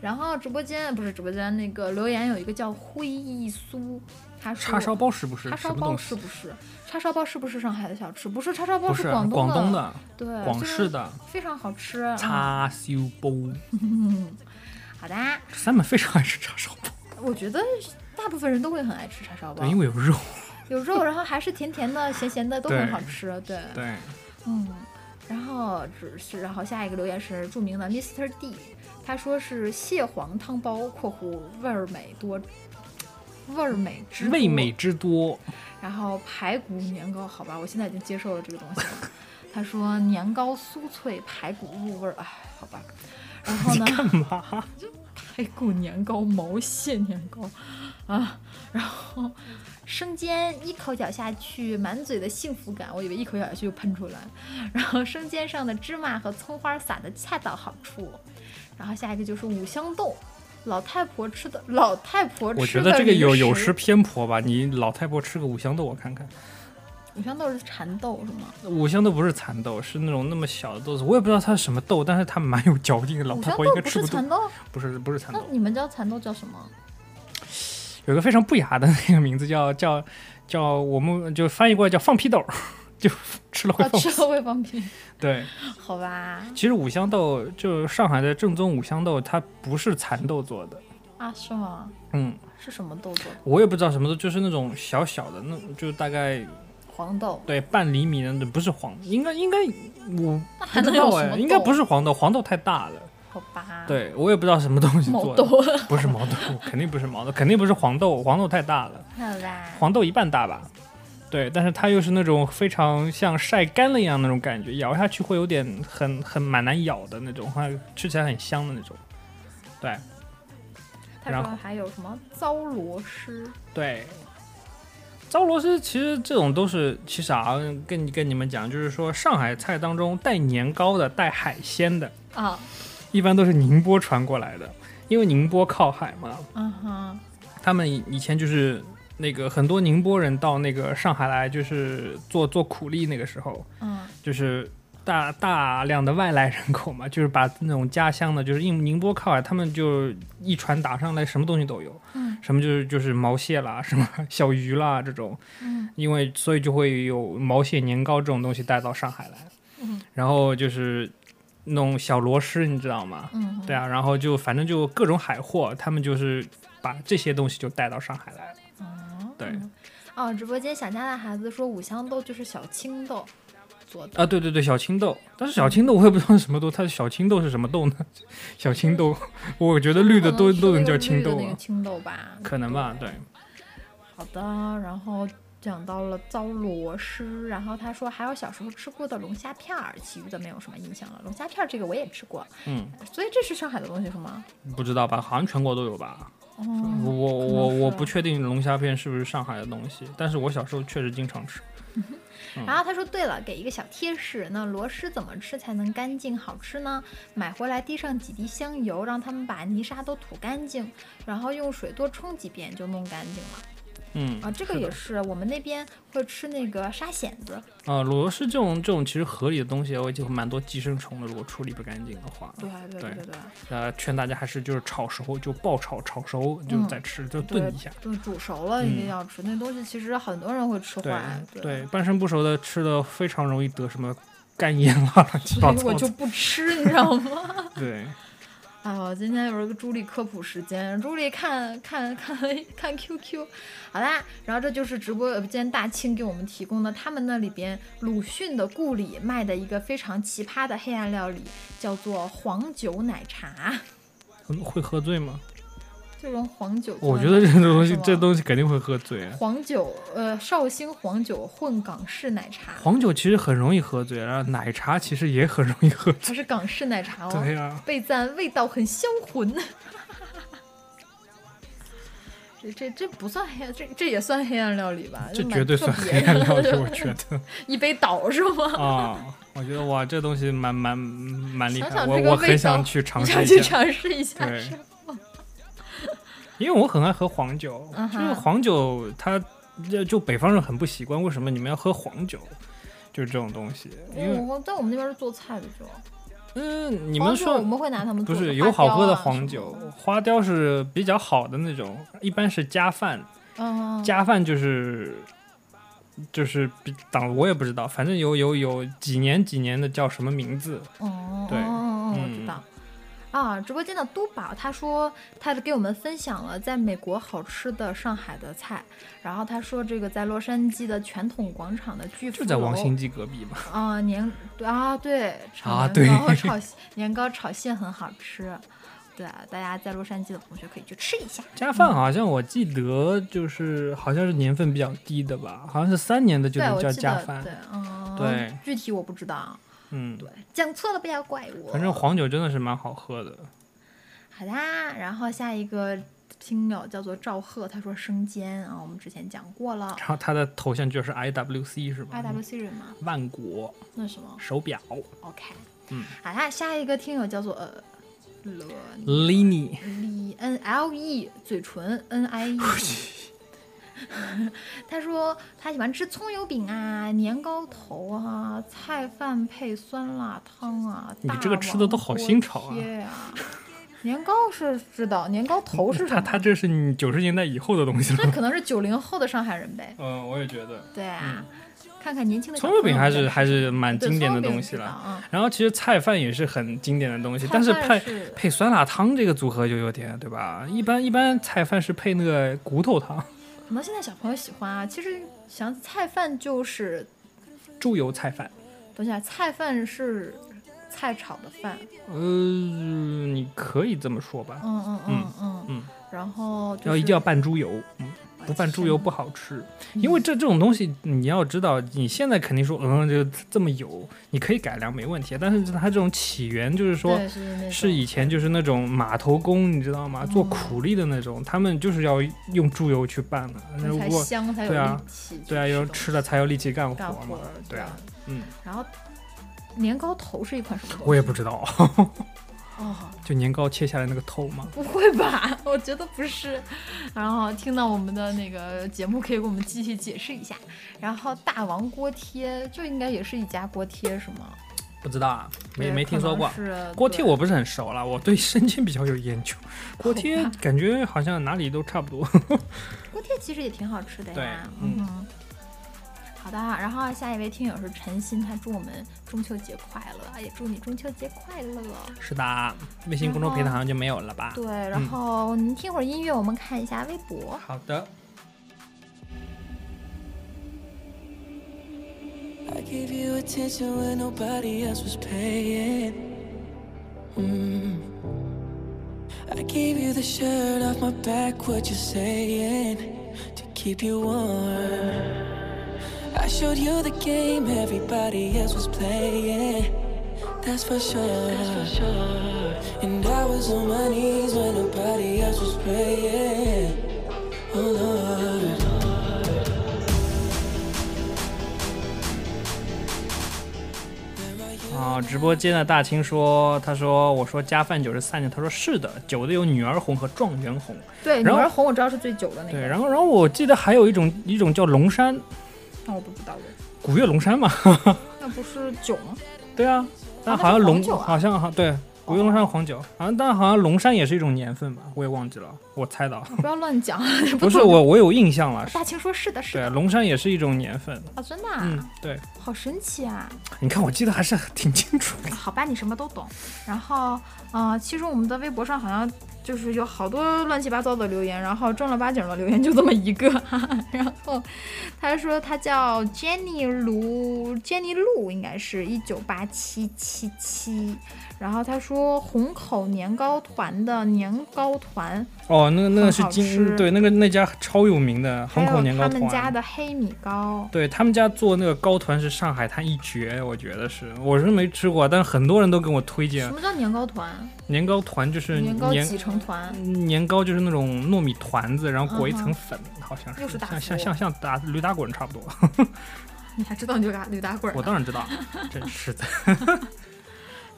S1: 然后直播间不是直播间那个留言有一个叫灰忆苏，他说
S2: 叉烧包是不是
S1: 叉
S2: 什
S1: 烧
S2: 么
S1: 包
S2: 东西
S1: 是？不是叉烧包是不是上海的小吃？不是，叉烧包
S2: 不是
S1: 广
S2: 广
S1: 东
S2: 东，的，
S1: 对，嗯
S2: 广
S1: 虽然
S2: 式的
S1: 非常好吃。啊
S2: 叉烧包，
S1: 好的，
S2: 三本非常爱吃叉烧包，
S1: 我觉得大部分人都会很爱吃叉烧包
S2: 对，，因为有肉，
S1: 有肉，然后还是甜甜的、咸咸的，都很
S2: 对
S1: 好吃。对，
S2: 对，
S1: 嗯，然后只是，然后下一个留言是著名的 Mr. D，他说是蟹黄汤包（括弧味儿美多，味儿美之多
S2: 味美之多， <laughs>
S1: 然后排骨年糕，好吧，我现在已经接受了这个东西了。 <laughs> 他说年糕酥脆，排骨入味儿，哎，好吧。然后呢？干嘛？排骨年糕、毛蟹年糕啊，然后生煎一口咬下去，满嘴的幸福感，我以为一口咬下去就喷出来。然后生煎上的芝麻和葱花撒的恰到好处。然后下一个就是五香豆，老太婆吃的老太婆吃的
S2: 我觉得这个有有
S1: 零食
S2: 失偏颇吧，你老太婆吃个五香豆，我看看。
S1: 五香豆是蚕豆是吗？
S2: 五香豆不是蚕豆，是那种那么小的豆子，我也不知道它是什么豆，但是它蛮有嚼劲的。老
S1: 五
S2: 太
S1: 香
S2: 婆应该
S1: 豆不
S2: 吃
S1: 是
S2: 不
S1: 蚕
S2: 动，
S1: 豆，
S2: 不是不是蚕
S1: 那
S2: 豆，
S1: 你们叫蚕豆叫什么？
S2: 有一个非常不雅的那个名字叫叫叫我们就翻译过来叫放屁豆， <laughs> 就吃了会
S1: <laughs> 啊，
S2: 放
S1: 吃。了会
S2: <laughs>
S1: 放屁，
S2: 对，
S1: 好吧？
S2: 其实五香豆就上海的正宗五香豆，它不是蚕豆做的，
S1: 啊，是吗？
S2: 嗯，
S1: <laughs> 是什么豆做的？
S2: 我也不知道什么豆，就是那种小小的，那就大概
S1: 黄豆，
S2: 对半厘米的那种，不是黄，应该应该我
S1: 那还
S2: 不知
S1: 能有
S2: 道
S1: 什么
S2: 哎，
S1: 豆？啊
S2: 应该不是黄豆，黄豆太大了。
S1: 好吧？，
S2: 对，我也不知道什么东西
S1: 毛
S2: 做
S1: 豆
S2: 的，，不是毛豆， <laughs> 肯定不是毛豆，肯定不是黄豆，黄豆太大了，
S1: 好吧？
S2: 黄豆一半大吧。对，但是它又是那种非常像晒干了一样那种感觉，咬下去会有点很很蛮难咬的那种，还吃起来很香的那种。对
S1: 他
S2: 然
S1: 说
S2: 后
S1: 还有什么糟螺丝？
S2: 对，糟螺丝其实这种都是，其实啊，跟跟你们讲，就是说上海菜当中带年糕的、带海鲜的，
S1: 啊，
S2: 一般都是宁波传过来的，因为宁波靠海嘛，
S1: 嗯哼，
S2: 他们以以前就是那个很多宁波人到那个上海来，就是做做苦力，那个时候
S1: 嗯
S2: 就是。大大量的外来人口嘛，就是把那种家乡的，就是宁宁波靠海，他们就一船打上来，什么东西都有，
S1: 嗯
S2: 什么就是就是毛蟹啦，什么小鱼
S1: <laughs>
S2: 啦这种，
S1: 嗯
S2: 因为所以就会有毛蟹年糕这种东西带到上海来，
S1: 嗯
S2: 然后就是弄小螺丝，你知道吗？
S1: 嗯，
S2: 对啊，然后就反正就各种海货，他们就是把这些东西就带到上海来了。
S1: 哦
S2: 对
S1: 哦，直播间想家的孩子说五香豆就是小青豆做的，
S2: 啊，对对对，小青豆，但是
S1: 嗯
S2: 小青豆我也不知道是什么豆，它的小青豆是什么豆呢？小青豆， <laughs> 我觉得绿的都
S1: 嗯可能是
S2: 都能
S1: 那
S2: 叫
S1: 个
S2: 青
S1: 绿的
S2: 豆
S1: 那个
S2: 啊，
S1: 青豆吧？
S2: 可能吧？对，
S1: 好的，然后讲到了糟螺丝，然后他说还有小时候吃过的龙虾片儿，其余的没有什么印象了。龙虾片儿这个我也吃过，
S2: 嗯，
S1: 所以这是上海的东西是吗？
S2: 不知道吧？好像全国都有吧？
S1: 哦，
S2: 我我
S1: 可能
S2: 我我
S1: 是
S2: 不确定龙虾片是不是上海的东西，但是我小时候确实经常吃。嗯
S1: 然后他说：“对了，给一个小贴士，那螺蛳怎么吃才能干净好吃呢？买回来滴上几滴香油，让他们把泥沙都吐干净，然后用水多冲几遍就弄干净了。
S2: 嗯
S1: 啊，这个
S2: 是
S1: 也
S2: 的
S1: 是，我们那边会吃那个沙蚬子。
S2: 啊，螺蛳这种这种其实河里的东西，我就蛮多寄生虫的。如果处理不干净的话，
S1: 对对
S2: 对
S1: 对对，
S2: 呃，劝大家还是就是炒熟就爆炒，炒熟就
S1: 嗯
S2: 再吃，就
S1: 对
S2: 炖一下。
S1: 就是煮熟了一定要吃。那东西其实很多人会吃
S2: 对
S1: 坏，
S2: 嗯对，半生不熟的吃的非常容易得什么肝炎啦，啊乱七八
S1: 所以
S2: 糟
S1: 我就
S2: 的。
S1: 不吃，你知道吗？
S2: <laughs> 对，
S1: 哎呦，今天有一个朱莉科普时间，朱莉看看看看 QQ，好啦，然后这就是直播呃间大庆给我们提供的他们那里边鲁迅的故里卖的一个非常奇葩的黑暗料理，叫做黄酒奶茶，
S2: 嗯会喝醉吗？
S1: 就用黄酒做
S2: 我
S1: 的奶
S2: 觉
S1: 茶。
S2: 得这东西
S1: 是吗
S2: 这东西肯定会喝醉。
S1: 黄酒，呃，绍兴黄酒混港式奶茶，
S2: 黄酒其实很容易喝醉，然后奶茶其实也很容易喝
S1: 还
S2: 醉。
S1: 是港式奶茶哦。
S2: 对啊呀、
S1: 被赞味道很销魂。 <laughs> 这这这不算黑暗，这这也算黑暗料理吧？
S2: 这
S1: 就蛮
S2: 绝对
S1: 特
S2: 算
S1: 别
S2: 黑暗
S1: <laughs>
S2: 料理，
S1: 的
S2: 我觉得。
S1: 一杯倒是吗？
S2: 啊，我觉得哇，这东西蛮蛮蛮厉害，
S1: 想想
S2: 我
S1: 这个
S2: 我
S1: 味
S2: 很
S1: 道
S2: 想去尝
S1: 你
S2: 试
S1: 想
S2: 一
S1: 去
S2: 下，
S1: 尝试一下
S2: 对
S1: 是吗？
S2: <laughs> 因为我很爱喝黄酒，
S1: 嗯
S2: 就
S1: 哼
S2: 是黄酒它就就北方人很不习惯，为什么你们要喝黄酒？就是这种东西，因为
S1: 我在我们那边是做菜的就，
S2: 嗯，你
S1: 你
S2: 们
S1: 我
S2: 说
S1: 们会拿他们
S2: 不
S1: 做
S2: 是
S1: 花
S2: 有好喝的
S1: 雕啊什
S2: 黄
S1: 么
S2: 酒，花雕是比较好的那种，一般是加饭，
S1: 嗯，
S2: 加饭就是就是比当我也不知道，反正有有有几年几年的叫什么名字，
S1: 哦，
S2: 对
S1: 哦，我知
S2: 嗯
S1: 道。啊，直播间的都宝他说他给我们分享了在美国好吃的上海的菜，然后他说这个在洛杉矶的全统广场的巨
S2: 就
S1: 富
S2: 在王
S1: 楼
S2: 兴记隔壁嘛。
S1: 啊，年对啊，对，炒
S2: 啊
S1: 年糕
S2: 对 <laughs>
S1: 炒年糕炒蟹很好吃，对，大家在洛杉矶的同学可以去吃一下。
S2: 加饭好像我记得就是好像是年份比较低的吧，好像是三年的就
S1: 对，
S2: 能
S1: 我
S2: 叫
S1: 记
S2: 加
S1: 得，
S2: 饭
S1: 对。，嗯，
S2: 对，
S1: 具体我不知道，
S2: 嗯，
S1: 对，讲错了不要怪我。
S2: 反正黄酒真的是蛮好喝的。
S1: 好啦，然后下一个听友叫做赵贺，他说生煎啊，我们之前讲过了。
S2: 然后它的头像就是 IWC 是吧
S1: IWC 人吗？
S2: 万国
S1: 那什么
S2: 手表
S1: ，OK，
S2: 嗯，
S1: 好啦，下一个听友叫做呃，伦
S2: Lini，
S1: L N L E 嘴唇 N I E。他说他喜欢吃葱油饼啊、年糕头啊、菜饭配酸辣汤啊。
S2: 你
S1: 大
S2: 这个吃的都
S1: 王
S2: 好
S1: 锅
S2: 新潮啊
S1: 贴啊！年糕是知道，年糕
S2: <laughs>
S1: 头是什
S2: 它
S1: 么？
S2: 它这是九十年代以后的东西了
S1: 那。可能是九零后的上海人呗。
S2: <laughs> 嗯，我也觉得
S1: 对啊，看看年轻的小
S2: 葱油
S1: 朋
S2: 饼
S1: 友
S2: 还
S1: 在
S2: 是
S1: 吃
S2: 还
S1: 什么
S2: 是蛮
S1: 对
S2: 经典
S1: 葱
S2: 的
S1: 油饼
S2: 东
S1: 知
S2: 西
S1: 道
S2: 了。
S1: 啊。
S2: 然后其实菜饭也是很经典的东西，但是
S1: 菜饭
S2: 配
S1: 是
S2: 配酸辣汤这个组合就有点对吧？一般一般菜饭是配那个骨头汤，
S1: 可能现在小朋友喜欢啊。其实想菜饭就是
S2: 猪油菜饭。
S1: 等一下，菜饭是菜炒的饭，
S2: 呃，你可以这么说吧，
S1: 嗯嗯嗯嗯
S2: 嗯
S1: 然后就
S2: 然后
S1: 是
S2: 一定要拌猪油，嗯，
S1: 哎
S2: 不拌猪油不好吃，因
S1: 嗯
S2: 为这这种东西你要知道，你现在肯定说嗯就这么油，你可以改良没问题，但是它这种起源就是说
S1: 对嗯是那种
S2: 是以前就是那种码头工，你知道吗？做苦力的那种，他们就是要用猪油去拌的。
S1: 它
S2: 如
S1: 才
S2: 果
S1: 香才有
S2: 对啊
S1: 力气去东西，
S2: 对啊，有人吃了才有力气干
S1: 干
S2: 活
S1: 活
S2: 嘛
S1: 儿，。
S2: 对啊
S1: 吧，，
S2: 嗯，
S1: 然后年糕头是一款什么东西？
S2: 我也不知道， <laughs>
S1: 哦，
S2: 就年糕切下来那个头嘛。
S1: 不会吧？ <laughs> 我觉得不是。然后听到我们的那个节目，可以给我们继续解释一下。然后大王锅贴就应该也是一家锅贴是吗？
S2: 不知道啊，没
S1: 对
S2: 没听说过。
S1: 可能是
S2: 锅贴我不是很熟了，我对生煎比较有研
S1: <laughs>
S2: 究。锅贴
S1: 好吧
S2: 感觉好像哪里都差不多。
S1: <laughs> 对锅贴其实也挺好吃的
S2: 对
S1: 哎呀。
S2: 嗯
S1: 哼。好的，然后下一位听友是陈鑫，他祝我们中秋节快乐，啊也祝你中秋节快乐。
S2: 是的，微信公众平台好像就没有了吧？
S1: 对，然
S2: 嗯
S1: 后您听会儿音乐，我们看一下微博。
S2: 好的，
S5: I gave you attention when nobody else was paying. Mm. I gave you the shirt off my back, what you saying? To keep you warm. I showed you the game everybody else was playing. That's for sure. And I was on my knees when nobody else was praying. Oh Lord. Where are you?
S2: 啊、直播间的大清说，他说我说加饭酒是三年，他说是的，酒的有女儿红和状元红。
S1: 对，女
S2: 然后
S1: 儿红我知道是最久的那个，
S2: 对，然后然后我记得还有一种一种叫龙山，
S1: 那我不知道的，
S2: 古月龙山嘛。
S1: 那不是酒吗？
S2: 对啊，但
S1: 嗯那
S2: 好像
S1: 是
S2: 龙、
S1: 黄酒啊
S2: 好像好对。古月龙山黄酒，好像但好像龙山也是一种年份吧，我也忘记了，我猜到，
S1: 不要乱讲，
S2: <laughs> 不是
S1: 懂
S2: 我，我有印象了，是
S1: 大清说是的，是
S2: 对，
S1: 的，
S2: 龙山也是一种年份，
S1: 啊，真的啊、
S2: 嗯，对，
S1: 好神奇啊！
S2: 你看我记得还是挺清楚的，
S1: 好吧，你什么都懂。然后，呃，其实我们的微博上好像就是有好多乱七八糟的留言，然后正儿八经的留言就这么一个。 <laughs> 哈哈。然后他说他叫 Jenny 卢，Jenny 露应该是一九八七七七。然后他说虹口年糕团的年糕团，
S2: 哦，那个那个是
S1: 很好吃
S2: 金，对，那个那家超有名的
S1: 还
S2: 虹口
S1: 有
S2: 年糕
S1: 他们家
S2: 团，
S1: 的黑米糕。
S2: 对他们家做那个糕团是上海滩一绝，我觉得是，我是没吃过，但很多人都跟我推
S1: 什
S2: 荐
S1: 么叫年糕团？
S2: 年糕团，就是
S1: 年糕
S2: 年
S1: 挤成团？
S2: 年糕就是那种糯米团子，然后裹一
S1: 嗯
S2: 层粉，好像
S1: 又
S2: 是
S1: 是大
S2: 像
S1: 福
S2: 像像像打驴打滚
S1: <laughs>
S2: 差不多，
S1: 你还知道驴打驴打滚儿呢？
S2: 我当然知道，真是 <laughs> 的，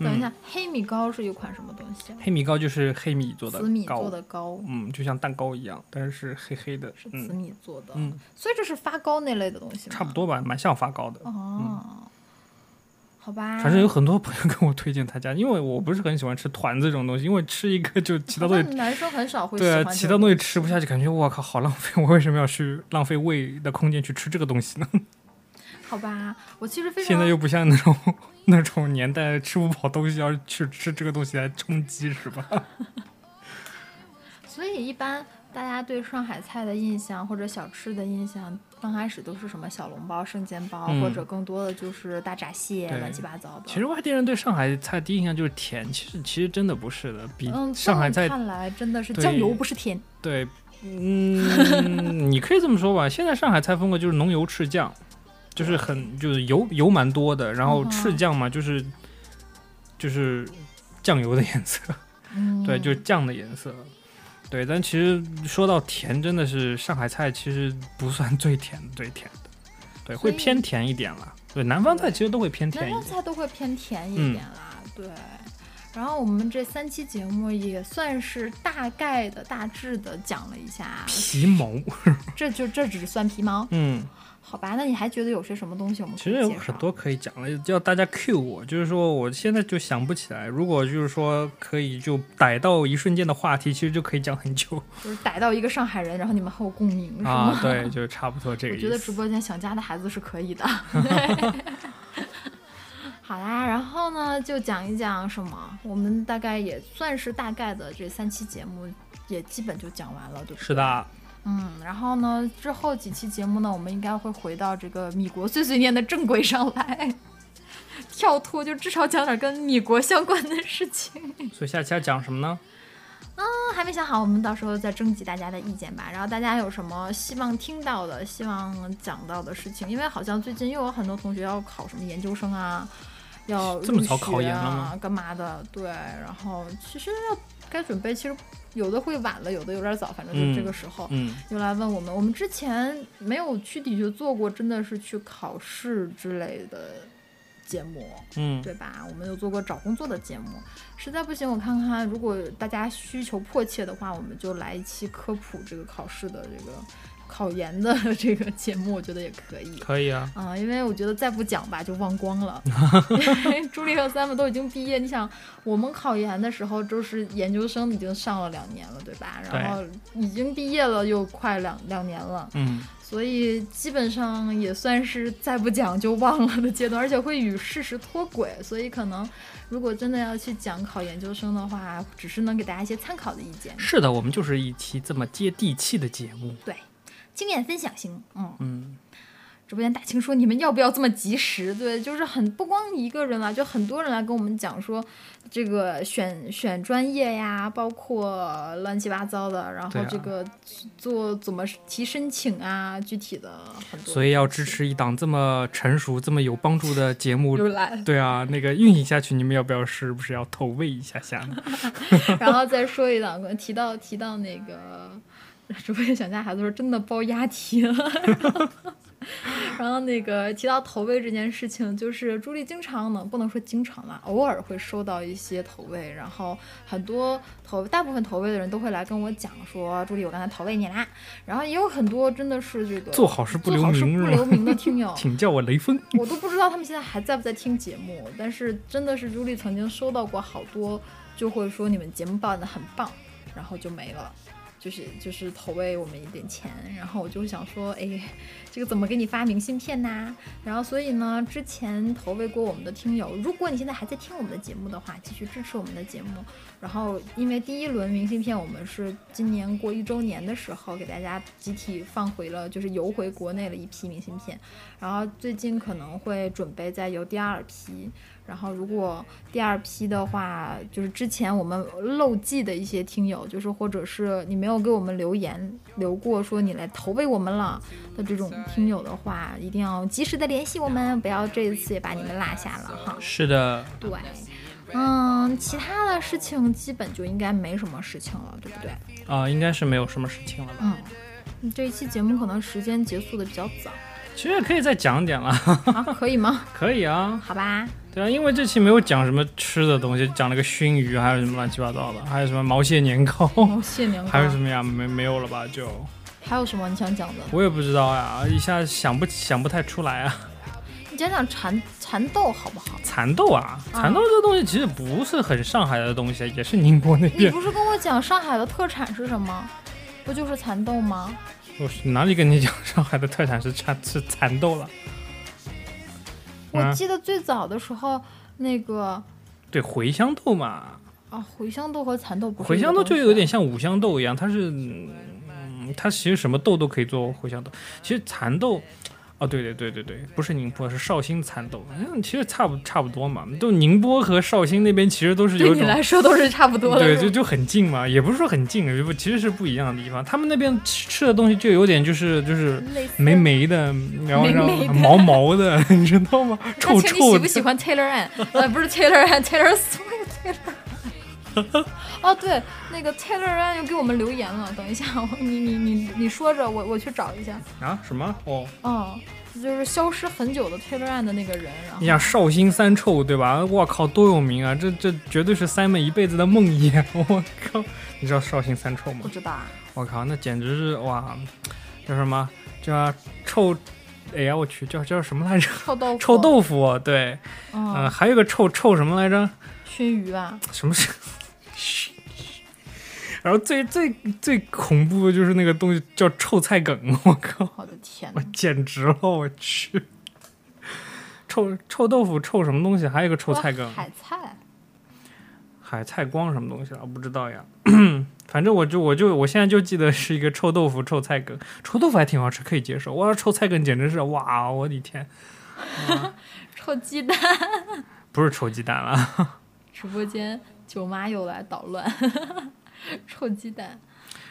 S1: 等
S2: 嗯
S1: 一下，黑米糕是一款什么东西啊？
S2: 黑米糕就是黑米做的
S1: 紫米
S2: 糕
S1: 做，的糕，
S2: 嗯，就像蛋糕一样，但是是黑黑的，
S1: 是紫
S2: 嗯，
S1: 米做的，
S2: 嗯
S1: 所以这是发糕那类的东西吗
S2: 差不。多吧，蛮像发糕的。
S1: 嗯哦，好吧。
S2: 反正有很多朋友跟我推荐他家，因为我不是很喜欢吃团子这种东西，因为吃一个就其他
S1: 好
S2: 东
S1: 像
S2: 西，
S1: 男生很少会喜
S2: 对啊，
S1: 欢
S2: 其
S1: 这
S2: 他
S1: 种
S2: 东西吃不下去，感觉我靠好浪费，我为什么要去浪费胃的空间去吃这个东西呢？
S1: 好吧，我其实非常
S2: 现在又不像那种 <laughs> 那种年代吃不饱东西，要是去吃这个东西来充饥是吧？
S1: 所以一般大家对上海菜的印象或者小吃的印象，刚开始都是什么小笼包、生煎包，
S2: 嗯
S1: 或者更多的就是大闸蟹，
S2: 对
S1: 乱七八糟的。
S2: 其实外地人对上海菜第一印象就是甜，其实其实真的不是的，比
S1: 嗯，这
S2: 上海
S1: 么
S2: 菜、
S1: 看来真的是
S2: 对
S1: 酱油不是甜。
S2: 对，嗯，你可以这么说吧。现在上海菜风格就是浓油赤酱，就是很就是油油蛮多的，然后
S1: 嗯哼
S2: 赤酱嘛，就是就是酱油的颜色，
S1: 嗯，
S2: <laughs> 对，就是酱的颜色。对，但其实说到甜，真的是上海菜其实不算最甜的，最甜的，对，
S1: 所
S2: 会
S1: 以
S2: 偏甜一点啦。对，南方菜其实都会偏
S1: 南
S2: 甜一
S1: 方
S2: 点。
S1: 菜都会偏甜一
S2: 嗯
S1: 点啦，对。然后我们这三期节目也算是大概的、大致的讲了一下，
S2: 皮毛，
S1: 这就这只是算皮毛，
S2: 嗯，
S1: 好吧？那你还觉得有些什么东西我们可
S2: 其
S1: 以
S2: 实有
S1: 介绍
S2: 很多可以讲了，叫大家 Q 我，就是说我现在就想不起来。如果就是说可以就逮到一瞬间的话题，其实就可以讲很
S1: <laughs>
S2: 久
S1: 就是逮到一个上海人，然后你们很有共鸣，是吗？
S2: 啊。对，就是差不多这个
S1: 我
S2: 意
S1: 觉
S2: 思。
S1: 得直播间想家的孩子是可
S2: <laughs>
S1: 以的。好啦，然后呢，就讲一讲什么，我们大概也算是大概的这三期节目也基本就讲完了，对不对？
S2: 是的，
S1: 嗯，然后呢，之后几期节目呢，我们应该会回到这个米国碎碎念的正轨上来，跳脱就至少讲点跟米国相关的事情。
S2: 所以下期要讲什么呢？
S1: 啊，还没想好，我们到时候再征集大家的意见吧。然后大家有什么希望听到的、希望讲到的事情？因为好像最近又有很多同学要考什么研究生啊，要
S2: 这么
S1: 入
S2: 早
S1: 学
S2: 考研了
S1: 啊
S2: 吗？
S1: 干嘛的？对，然后其实要该准备，其实有的会晚了，有的有点早，反正就是
S2: 嗯
S1: 这个时候。
S2: 嗯，
S1: 又来问我们，我们之前没有去底学做过，真的是去考试之类的节目，
S2: 嗯，
S1: 对吧？我们有做过找工作的节目，实在不行我看看，如果大家需求迫切的话，我们就来一期科普这个考试的这个考研的 <laughs> 这个节目，我觉得也可以。
S2: 可以啊。
S1: 啊、因为我觉得再不讲吧就忘光了。因为朱莉和 Sam 都已经毕业，你想我们考研的时候就是研究生已经上了两年了，对吧？然后已经毕业了又快两两年了，
S2: 嗯，
S1: 所以基本上也算是再不讲就忘了的阶段，而且会与事实脱轨，所以可能如果真的要去讲考研究生的话，只是能给大家一些参考的意见，
S2: 是的，我们就是一期这么接地气的节目。
S1: 对，经验分享型，嗯。
S2: 嗯，
S1: 直播间大清说：“你们要不要这么及时？对，就是很不光一个人来，就很多人来跟我们讲说，这个选选专业呀，包括乱七八糟的，然后
S2: 对啊
S1: 这个做怎么提申请啊，具体的很多。
S2: 所以要支持一档这么成熟、这么有帮助的节目。
S1: 又来了，
S2: 对啊，那个运行下去，你们要不要是不是要投喂一下下呢？
S1: 然后再说一档，提到提到那个直播间想家孩子说真的包押题了。 <laughs> 然后那个提到投喂这件事情，就是朱莉经常呢，不能说经常啦，偶尔会收到一些投喂，然后很多投大部分投喂的人都会来跟我讲说，朱莉我刚才投喂你啦。然后也有很多真的是这个
S2: 做好事不留
S1: 做好事
S2: 名
S1: 不
S2: 是吗，
S1: 留名的听友
S2: <laughs> 请叫我雷锋。
S1: 我都不知道他们现在还在不在听节目，但是真的是朱莉曾经收到过好多，就会说你们节目办的很棒，然后就没了。就是就是投喂我们一点钱，然后我就想说，哎，这个怎么给你发明信片呐、然后所以呢，之前投喂过我们的听友，如果你现在还在听我们的节目的话，继续支持我们的节目。然后因为第一轮明信片我们是今年过一周年的时候给大家集体放回了，就是邮回国内了一批明信片，然后最近可能会准备再邮第二批。然后如果第二批的话，就是之前我们漏记的一些听友，就是或者是你没有给我们留言留过说你来投喂我们了的这种听友的话，一定要及时的联系我们，不要这一次也把你们落下了哈。
S2: 是的，
S1: 对，嗯，其他的事情基本就应该没什么事情了，对不对？
S2: 啊、应该是没有什么事情了吧？
S1: 嗯，这一期节目可能时间结束的比较早
S2: 其实也可以再讲点了，
S1: 啊，可以吗？
S2: <laughs> 可以啊。
S1: 好吧，
S2: 对啊，因为这期没有讲什么吃的东西，讲了个熏鱼，还有什么乱七八糟的，还有什么毛蟹年糕，<laughs>
S1: <laughs> 哦，谢年糕，
S2: 还有什么呀？没没有了吧？就
S1: 还有什么你想讲的？
S2: 我也不知道呀，一下想不想不太出来啊。
S1: 你讲讲蚕蚕豆好不好？
S2: 蚕豆啊，蚕豆这东西其实不是很上海的东西，也是宁波那
S1: 你
S2: 边。
S1: 不是跟我讲上海的特产是什么？不就是蚕豆吗？
S2: 我是哪里跟你讲上海的特产是蚕是蚕豆了？
S1: 我
S2: 啊
S1: 记得最早的时候，那个
S2: 对，茴香豆嘛，
S1: 啊，茴香豆和蚕豆不是
S2: 茴
S1: 一个
S2: 香豆就
S1: 东西啊
S2: 有点像五香豆一样，它是，嗯，它其实什么豆都可以做茴香豆。其实蚕豆，哦，对对对对对，不是宁波，是绍兴蚕豆，嗯，其实差不差不多嘛。都宁波和绍兴那边其实都是有
S1: <laughs>
S2: 一
S1: 对你
S2: 种
S1: 来说都是差不多的，
S2: 对，
S1: 是
S2: 就
S1: 吧
S2: 就很近嘛，也不是说很近，就其实是不一样的地方。他们那边吃吃的东西就有点就是就是
S1: 类似
S2: 霉霉的，然后
S1: 霉
S2: 让
S1: 霉的
S2: 毛毛的， <laughs> 你知道吗？
S1: 那
S2: 臭
S1: 请你喜
S2: 臭
S1: 不
S2: 的。
S1: 喜欢 Taylor Ann？呃，不是 Taylor Ann，Taylor Swift，Taylor。哦，
S2: <laughs>
S1: 对，那个 Taylor Ann 又给我们留言了。等一下， <laughs> 我你你你你说着，我我去找一下。
S2: 啊？什么？哦，
S1: 嗯，就是消失很久的 Taylor Ann 的那个人，然后
S2: 你想绍兴三臭对吧？我靠，多有名啊！这这绝对是 Simon 一辈子的梦魇。 <laughs> 我靠，你知道绍兴三臭吗
S1: 不？知道啊。
S2: 我靠，那简直是哇，叫什么叫臭？哎呀，我去，叫叫什么来着？
S1: 臭豆腐，
S2: 臭，豆腐，对，嗯、
S1: 嗯，
S2: 还有个臭臭什么来着？
S1: 熏鱼吧，
S2: 什么是？然后最最最恐怖的就是那个东西叫臭菜梗，我靠，
S1: 我的天
S2: <laughs> 我
S1: 呐，
S2: 简直了，我去！臭臭豆腐，臭什么东西？还有一个臭菜梗，
S1: 海菜，
S2: 海菜光什么东西啊？不知道呀。 <clears throat> 反正我就我就我现在就记得是一个臭豆腐、臭菜梗，臭豆腐还挺好吃，可以接受。哇，臭菜梗简直是哇，我的天！
S1: 臭鸡蛋。
S2: 不是臭鸡蛋了， <laughs>
S1: 直播间舅妈又来捣乱， <laughs> 臭鸡蛋。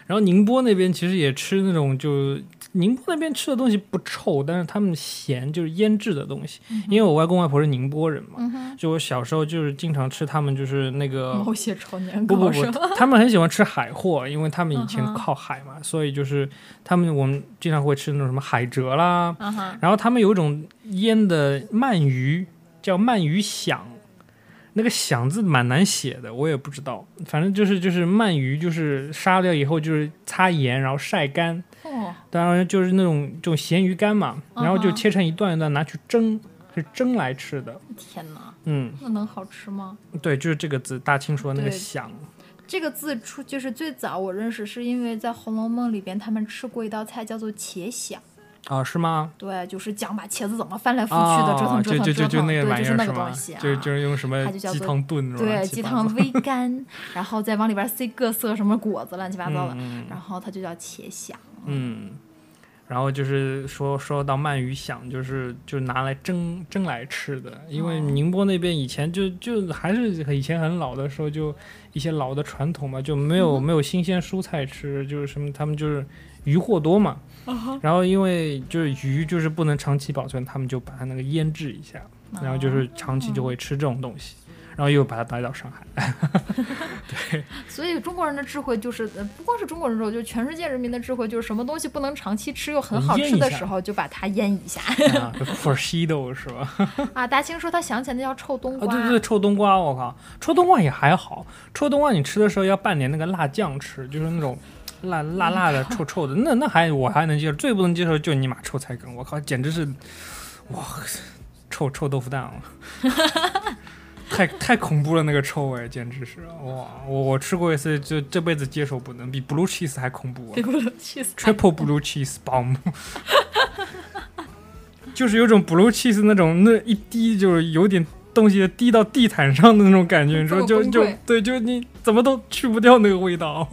S2: 然后宁波那边其实也吃那种就。宁波那边吃的东西不臭，但是他们咸，就是腌制的东西。
S1: 嗯
S2: 因为我外公外婆是宁波人嘛，就我小时候就是经常吃他们就是那个
S1: 毛血炒 <laughs> 年
S2: 不不
S1: 糕
S2: 不 <laughs>
S1: 是吧？，
S2: 他们很喜欢吃海货，因为他们以前
S1: 嗯哼
S2: 靠海嘛，所以就是他们我们经常会吃那种什么海蜇啦，
S1: 啊哈，
S2: 然后他们有一种腌的鳗鱼叫鳗鱼响，那个响字蛮难写的，我也不知道，反正就是就是鳗鱼就是杀掉以后就是擦盐然后晒干，
S1: 哦，
S2: 当然就是那种这种咸鱼干嘛，然后就
S1: 嗯哼
S2: 切成一段一段拿去蒸，是蒸来吃的，
S1: 天哪，
S2: 嗯，
S1: 那能好吃吗？
S2: 对，就是这个字，大清说的那个
S1: 对
S2: 响。
S1: 这个字出就是最早我认识，是因为在《红楼梦》里边他们吃过一道菜叫做茄想，
S2: 啊，是吗？
S1: 对，就是讲把茄子怎么翻来覆去的折腾
S2: 哦就
S1: 折腾
S2: 啊就
S1: 折
S2: 就就
S1: 腾，
S2: 那
S1: 对，
S2: 个玩
S1: 就
S2: 意
S1: 是
S2: 儿
S1: 那
S2: 是
S1: 个
S2: 吗
S1: 东西啊，？
S2: 就就是用什么
S1: 它就叫
S2: 鸡
S1: 做
S2: 汤炖是吧？
S1: 对
S2: 乱
S1: 鸡
S2: 七八
S1: 汤
S2: 糟
S1: 微干，然后再往里边塞各色什么果子乱七八糟的，
S2: 嗯嗯
S1: 然后它就叫茄想，
S2: 嗯，然后就是说说到鳗鱼响，就是就拿来蒸蒸来吃的，因为宁波那边以前就就还是以前很老的时候，就一些老的传统嘛，就没有、没有新鲜蔬菜吃，就是什么他们就是鱼货多嘛，然后因为就是鱼就是不能长期保存，他们就把它那个腌制一下，然后就是长期就会吃这种东西，然后又把它带到上海。
S1: 所以中国人的智慧就是，呃不光是中国人的智慧，就是全世界人民的智慧，就是什么东西不能长期吃又很好
S2: 腌
S1: 吃
S2: 一
S1: 的
S2: 下
S1: 时候，就把它腌一下。 <laughs>
S2: 啊 <laughs> f o r s h a d o w 是吧？
S1: 啊，大清说他想起那叫臭冬
S2: 啊，
S1: 瓜，
S2: 对对对，臭冬瓜，我靠，臭冬瓜也还好，臭冬瓜你吃的时候要拌点那个辣酱吃，就是那种辣辣辣的、臭臭的，那那还我还能接受，最不能接受就是尼玛臭菜根，我靠，简直是，哇，臭臭豆腐蛋啊！
S1: <laughs>
S2: 太太恐怖了，那个臭味简直是哇！我我吃过一次，就这辈子接受不能，比 blue cheese 还恐怖、啊。
S1: 不能 <laughs> 气死。
S2: Triple Blue Cheese Bomb，就是有种 Blue Cheese 那种那一滴就是有点东西滴到地毯上的那种感觉，你说
S1: 这
S2: 就
S1: 么崩
S2: 就
S1: 溃
S2: 对，就你怎么都去不掉那个味
S1: <laughs>
S2: 道。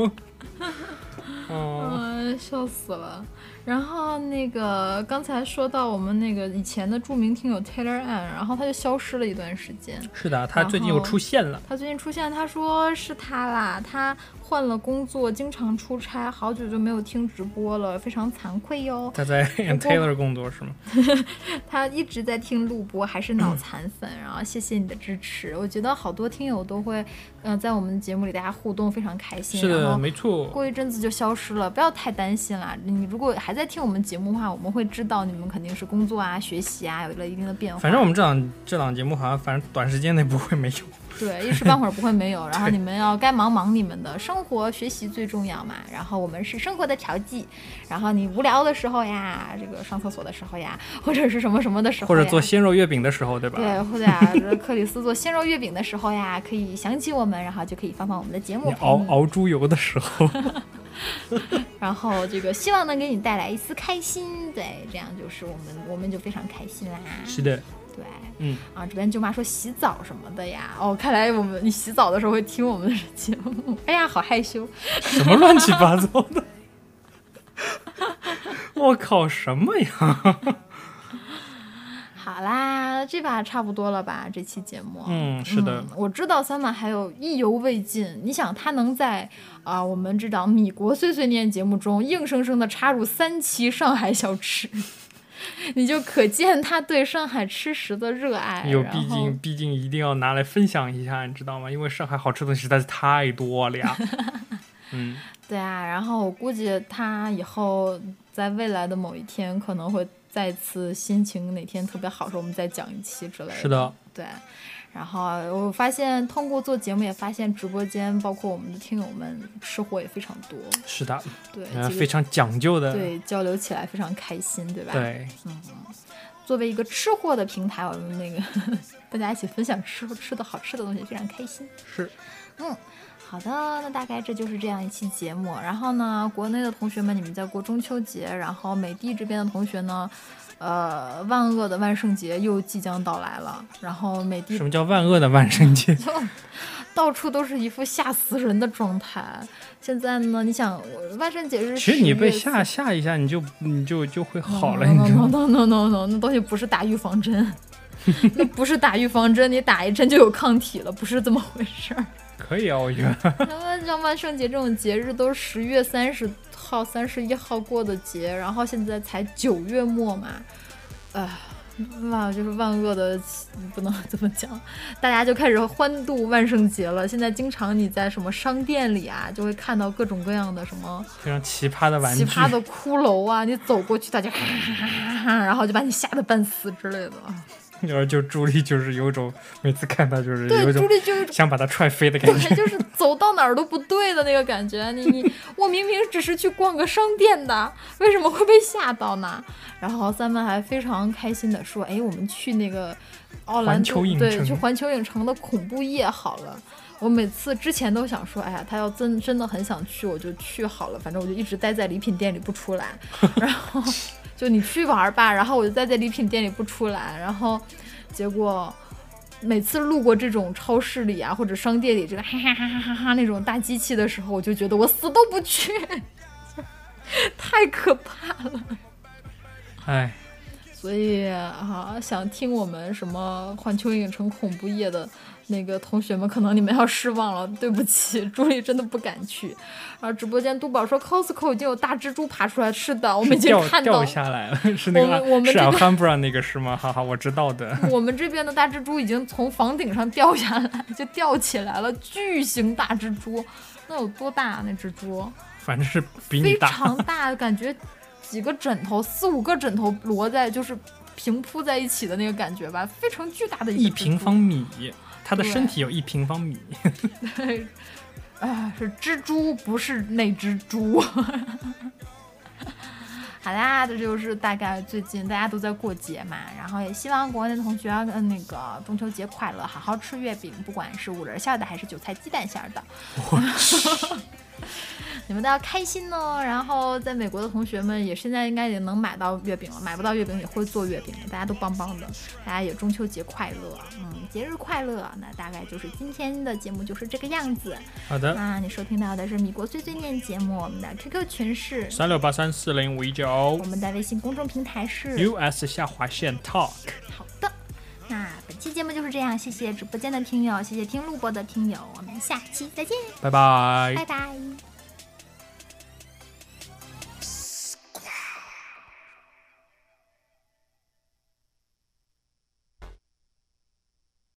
S2: 哦，
S1: 嗯，笑死了。然后那个刚才说到我们那个以前的著名听友 Taylor Ann，然后他就消失了一段时间。
S2: 是的，它
S1: 然
S2: 最近又
S1: 后
S2: 出现了。
S1: 他最近出现，他说是他啦，他换了工作，经常出差，好久就没有听直播了，非常惭愧哟。
S2: 它在 <laughs> Taylor 工作是吗？
S1: 他一直在听录播，还是脑残粉，然后谢谢你的支持。我觉得好多听友都会，嗯、在我们节目里大家互动非常开心，
S2: 是
S1: 然
S2: 的，
S1: 后
S2: 没错。
S1: 过一阵子就消失了，不要太担心啦。你如果还在听我们节目的话，我们会知道你们肯定是工作啊、学习啊有了一定的变化。
S2: 反正我们这档这档节目好像，反正短时间内不会没有。
S1: 对一时半会儿啊不会没
S2: <laughs>
S1: 有，然后你们要该忙忙你们的，生活学习最重要嘛。然后我们是生活的调剂，然后你无聊的时候呀，这个上厕所的时候呀，或者是什么什么的时候
S2: 或
S1: 呀，
S2: 者做鲜肉月饼的时候，对吧？
S1: 对，或者啊，这克里斯做鲜肉月饼的时候呀，可以想起我们，然后就可以放放我们的节目
S2: 你
S1: 陪
S2: 熬
S1: 你
S2: 熬猪油的时候， <laughs>
S1: 然后这个希望能给你带来一丝开心，对，这样就是我们我们就非常开心啦。
S2: 是的，
S1: 对，
S2: 嗯，
S1: 啊，这边舅妈说洗澡什么的呀，哦，看来我们你洗澡的时候会听我们的节目， <laughs> 哎呀，好害羞。
S2: 什么乱七八糟的？ <laughs> 我靠，什么呀？ <laughs>
S1: 好啦，这把差不多了吧？这期节目，
S2: 嗯是的
S1: 我知道三马还有意犹未尽。你想，他能在啊、我们这档米国碎碎念节目中硬生生的插入三期上海小吃， <laughs> 你就可见他对上海吃食的热爱。
S2: 有，
S1: 哎然
S2: 毕
S1: 后
S2: 竟毕竟一定要拿来分享一下，你知道吗？因为上海好吃的东西实在是太多了
S1: <laughs>
S2: 呀。嗯，
S1: 对啊，然后我估计他以后在未来的某一天可能会再次心情哪天特别好的时候，我们再讲一期之类的。
S2: 是的，
S1: 对。然后我发现通过做节目也发现直播间包括我们的听友们吃货也非常多，
S2: 是的，
S1: 对，
S2: 呃
S1: 这个
S2: 非常讲究的。
S1: 对交流起来非常开心，对吧？。
S2: 对
S1: 作为一个吃货的平台，我们那个大家一起分享吃吃的好吃的东西，非常开心。嗯
S2: 是
S1: 好的，那大概这就是这样一期节目。然后呢，国内的同学们，你们在过中秋节；然后美的这边的同学呢，呃，万恶的万圣节又即将到来了。然后美的
S2: 什么叫万恶的万圣
S1: <laughs>
S2: 节？
S1: 就到处都是一副吓死人的状态。现在呢，你想我万圣节是
S2: 其实你被
S1: 10月嗯
S2: 吓吓一下，你就你就就会好了，
S1: no,
S2: 你
S1: no,
S2: 知道吗？
S1: no, no, no, no, no, 那东西不是打预防针，那不是打预防针，你打一针就有抗体了，不是这么回事儿。 <laughs>
S2: 可以啊，我觉得
S1: 他们知道吗？圣节这种节日都是十月三十号、三十一号过的节，然后现在才九月末嘛，呃，哇，就是万恶的，不能这么讲，大家就开始欢度万圣节了。现在经常你在什么商店里啊，就会看到各种各样的什么
S2: 非常奇葩的玩具，
S1: 奇葩的骷髅啊，你走过去大家哈哈哈哈，然后就把你吓得半死之类的。
S2: <laughs> 然后就朱莉就是有一种每次看她就是有
S1: 对，
S2: 一种
S1: 朱莉就是
S2: 想把她踹飞的感觉
S1: 对，。就是走到哪儿都不对的那个感觉。你你，我明明只是去逛个商店的，为什么会被吓到呢？然后三曼还非常开心的说：“哎，我们去那个奥兰
S2: 环
S1: 多
S2: 球影，
S1: 对，
S2: 城
S1: 去环球影城的恐怖夜好了。”我每次之前都想说，哎呀，他要真真的很想去，我就去好了，反正我就一直待在礼品店里不
S2: <laughs>
S1: 出来。然后就你去玩儿吧，然后我就待在礼品店里不出来，然后结果每次路过这种超市里啊或者商店里这个哈哈哈哈哈哈那种大机器的时候，我就觉得我死都不去， <laughs> 太可怕了。
S2: 哎，
S1: 所以啊，想听我们什么环球影城恐怖夜的那个同学们，可能你们要失望了。对不起，朱莉真的不敢去。啊，直播间都宝说 Costco 已经有大蜘蛛爬出来，是的， <laughs> 我们已经
S2: 掉
S1: 看到
S2: 掉
S1: 了。
S2: 下来了，是那个
S1: 我们我们
S2: 是
S1: 这个
S2: Alhambra 那个是吗？哈哈，我知道的。
S1: 我们这边的大蜘蛛已经从房顶上掉下来，就吊起来了，巨型大蜘蛛，那有多大、啊？那蜘蛛
S2: 反正是比你
S1: 非
S2: 大，
S1: 常大，感觉几个枕头，四五个枕头摞在就是平铺在一起的那个感觉吧，非常巨大的
S2: 一
S1: 个蜘
S2: 平
S1: 蛛
S2: 方。米，它的身
S1: 对
S2: 体有一平方米。
S1: 对，啊，是蜘蛛，不是那只猪。 <laughs> 好啦，这就是大概最近大家都在过节嘛，然后也希望国内的同学，嗯，那个中秋节快乐，好好吃月饼，不管是五仁馅儿的还是韭菜鸡蛋馅儿的， <laughs> 你们都要开心哦。然后在美国的同学们也现在应该也能买到月饼了，买不到月饼也会做月饼了，大家都棒棒的，大家也中秋节快乐，嗯，节日快乐。那大概就是今天的节目就是这个样子。
S2: 好的，
S1: 那你收听到的是米国碎碎念节目，我们的 QQ 群是，
S2: 三六八三四零五一九
S1: 我们的微信公众平台是。
S2: ，US 下划线 Talk。
S1: 好的，那本期节目就是这样，谢谢直播间的听友，谢谢听录播的听友，我们下期再见，
S2: 拜拜
S1: 拜。拜。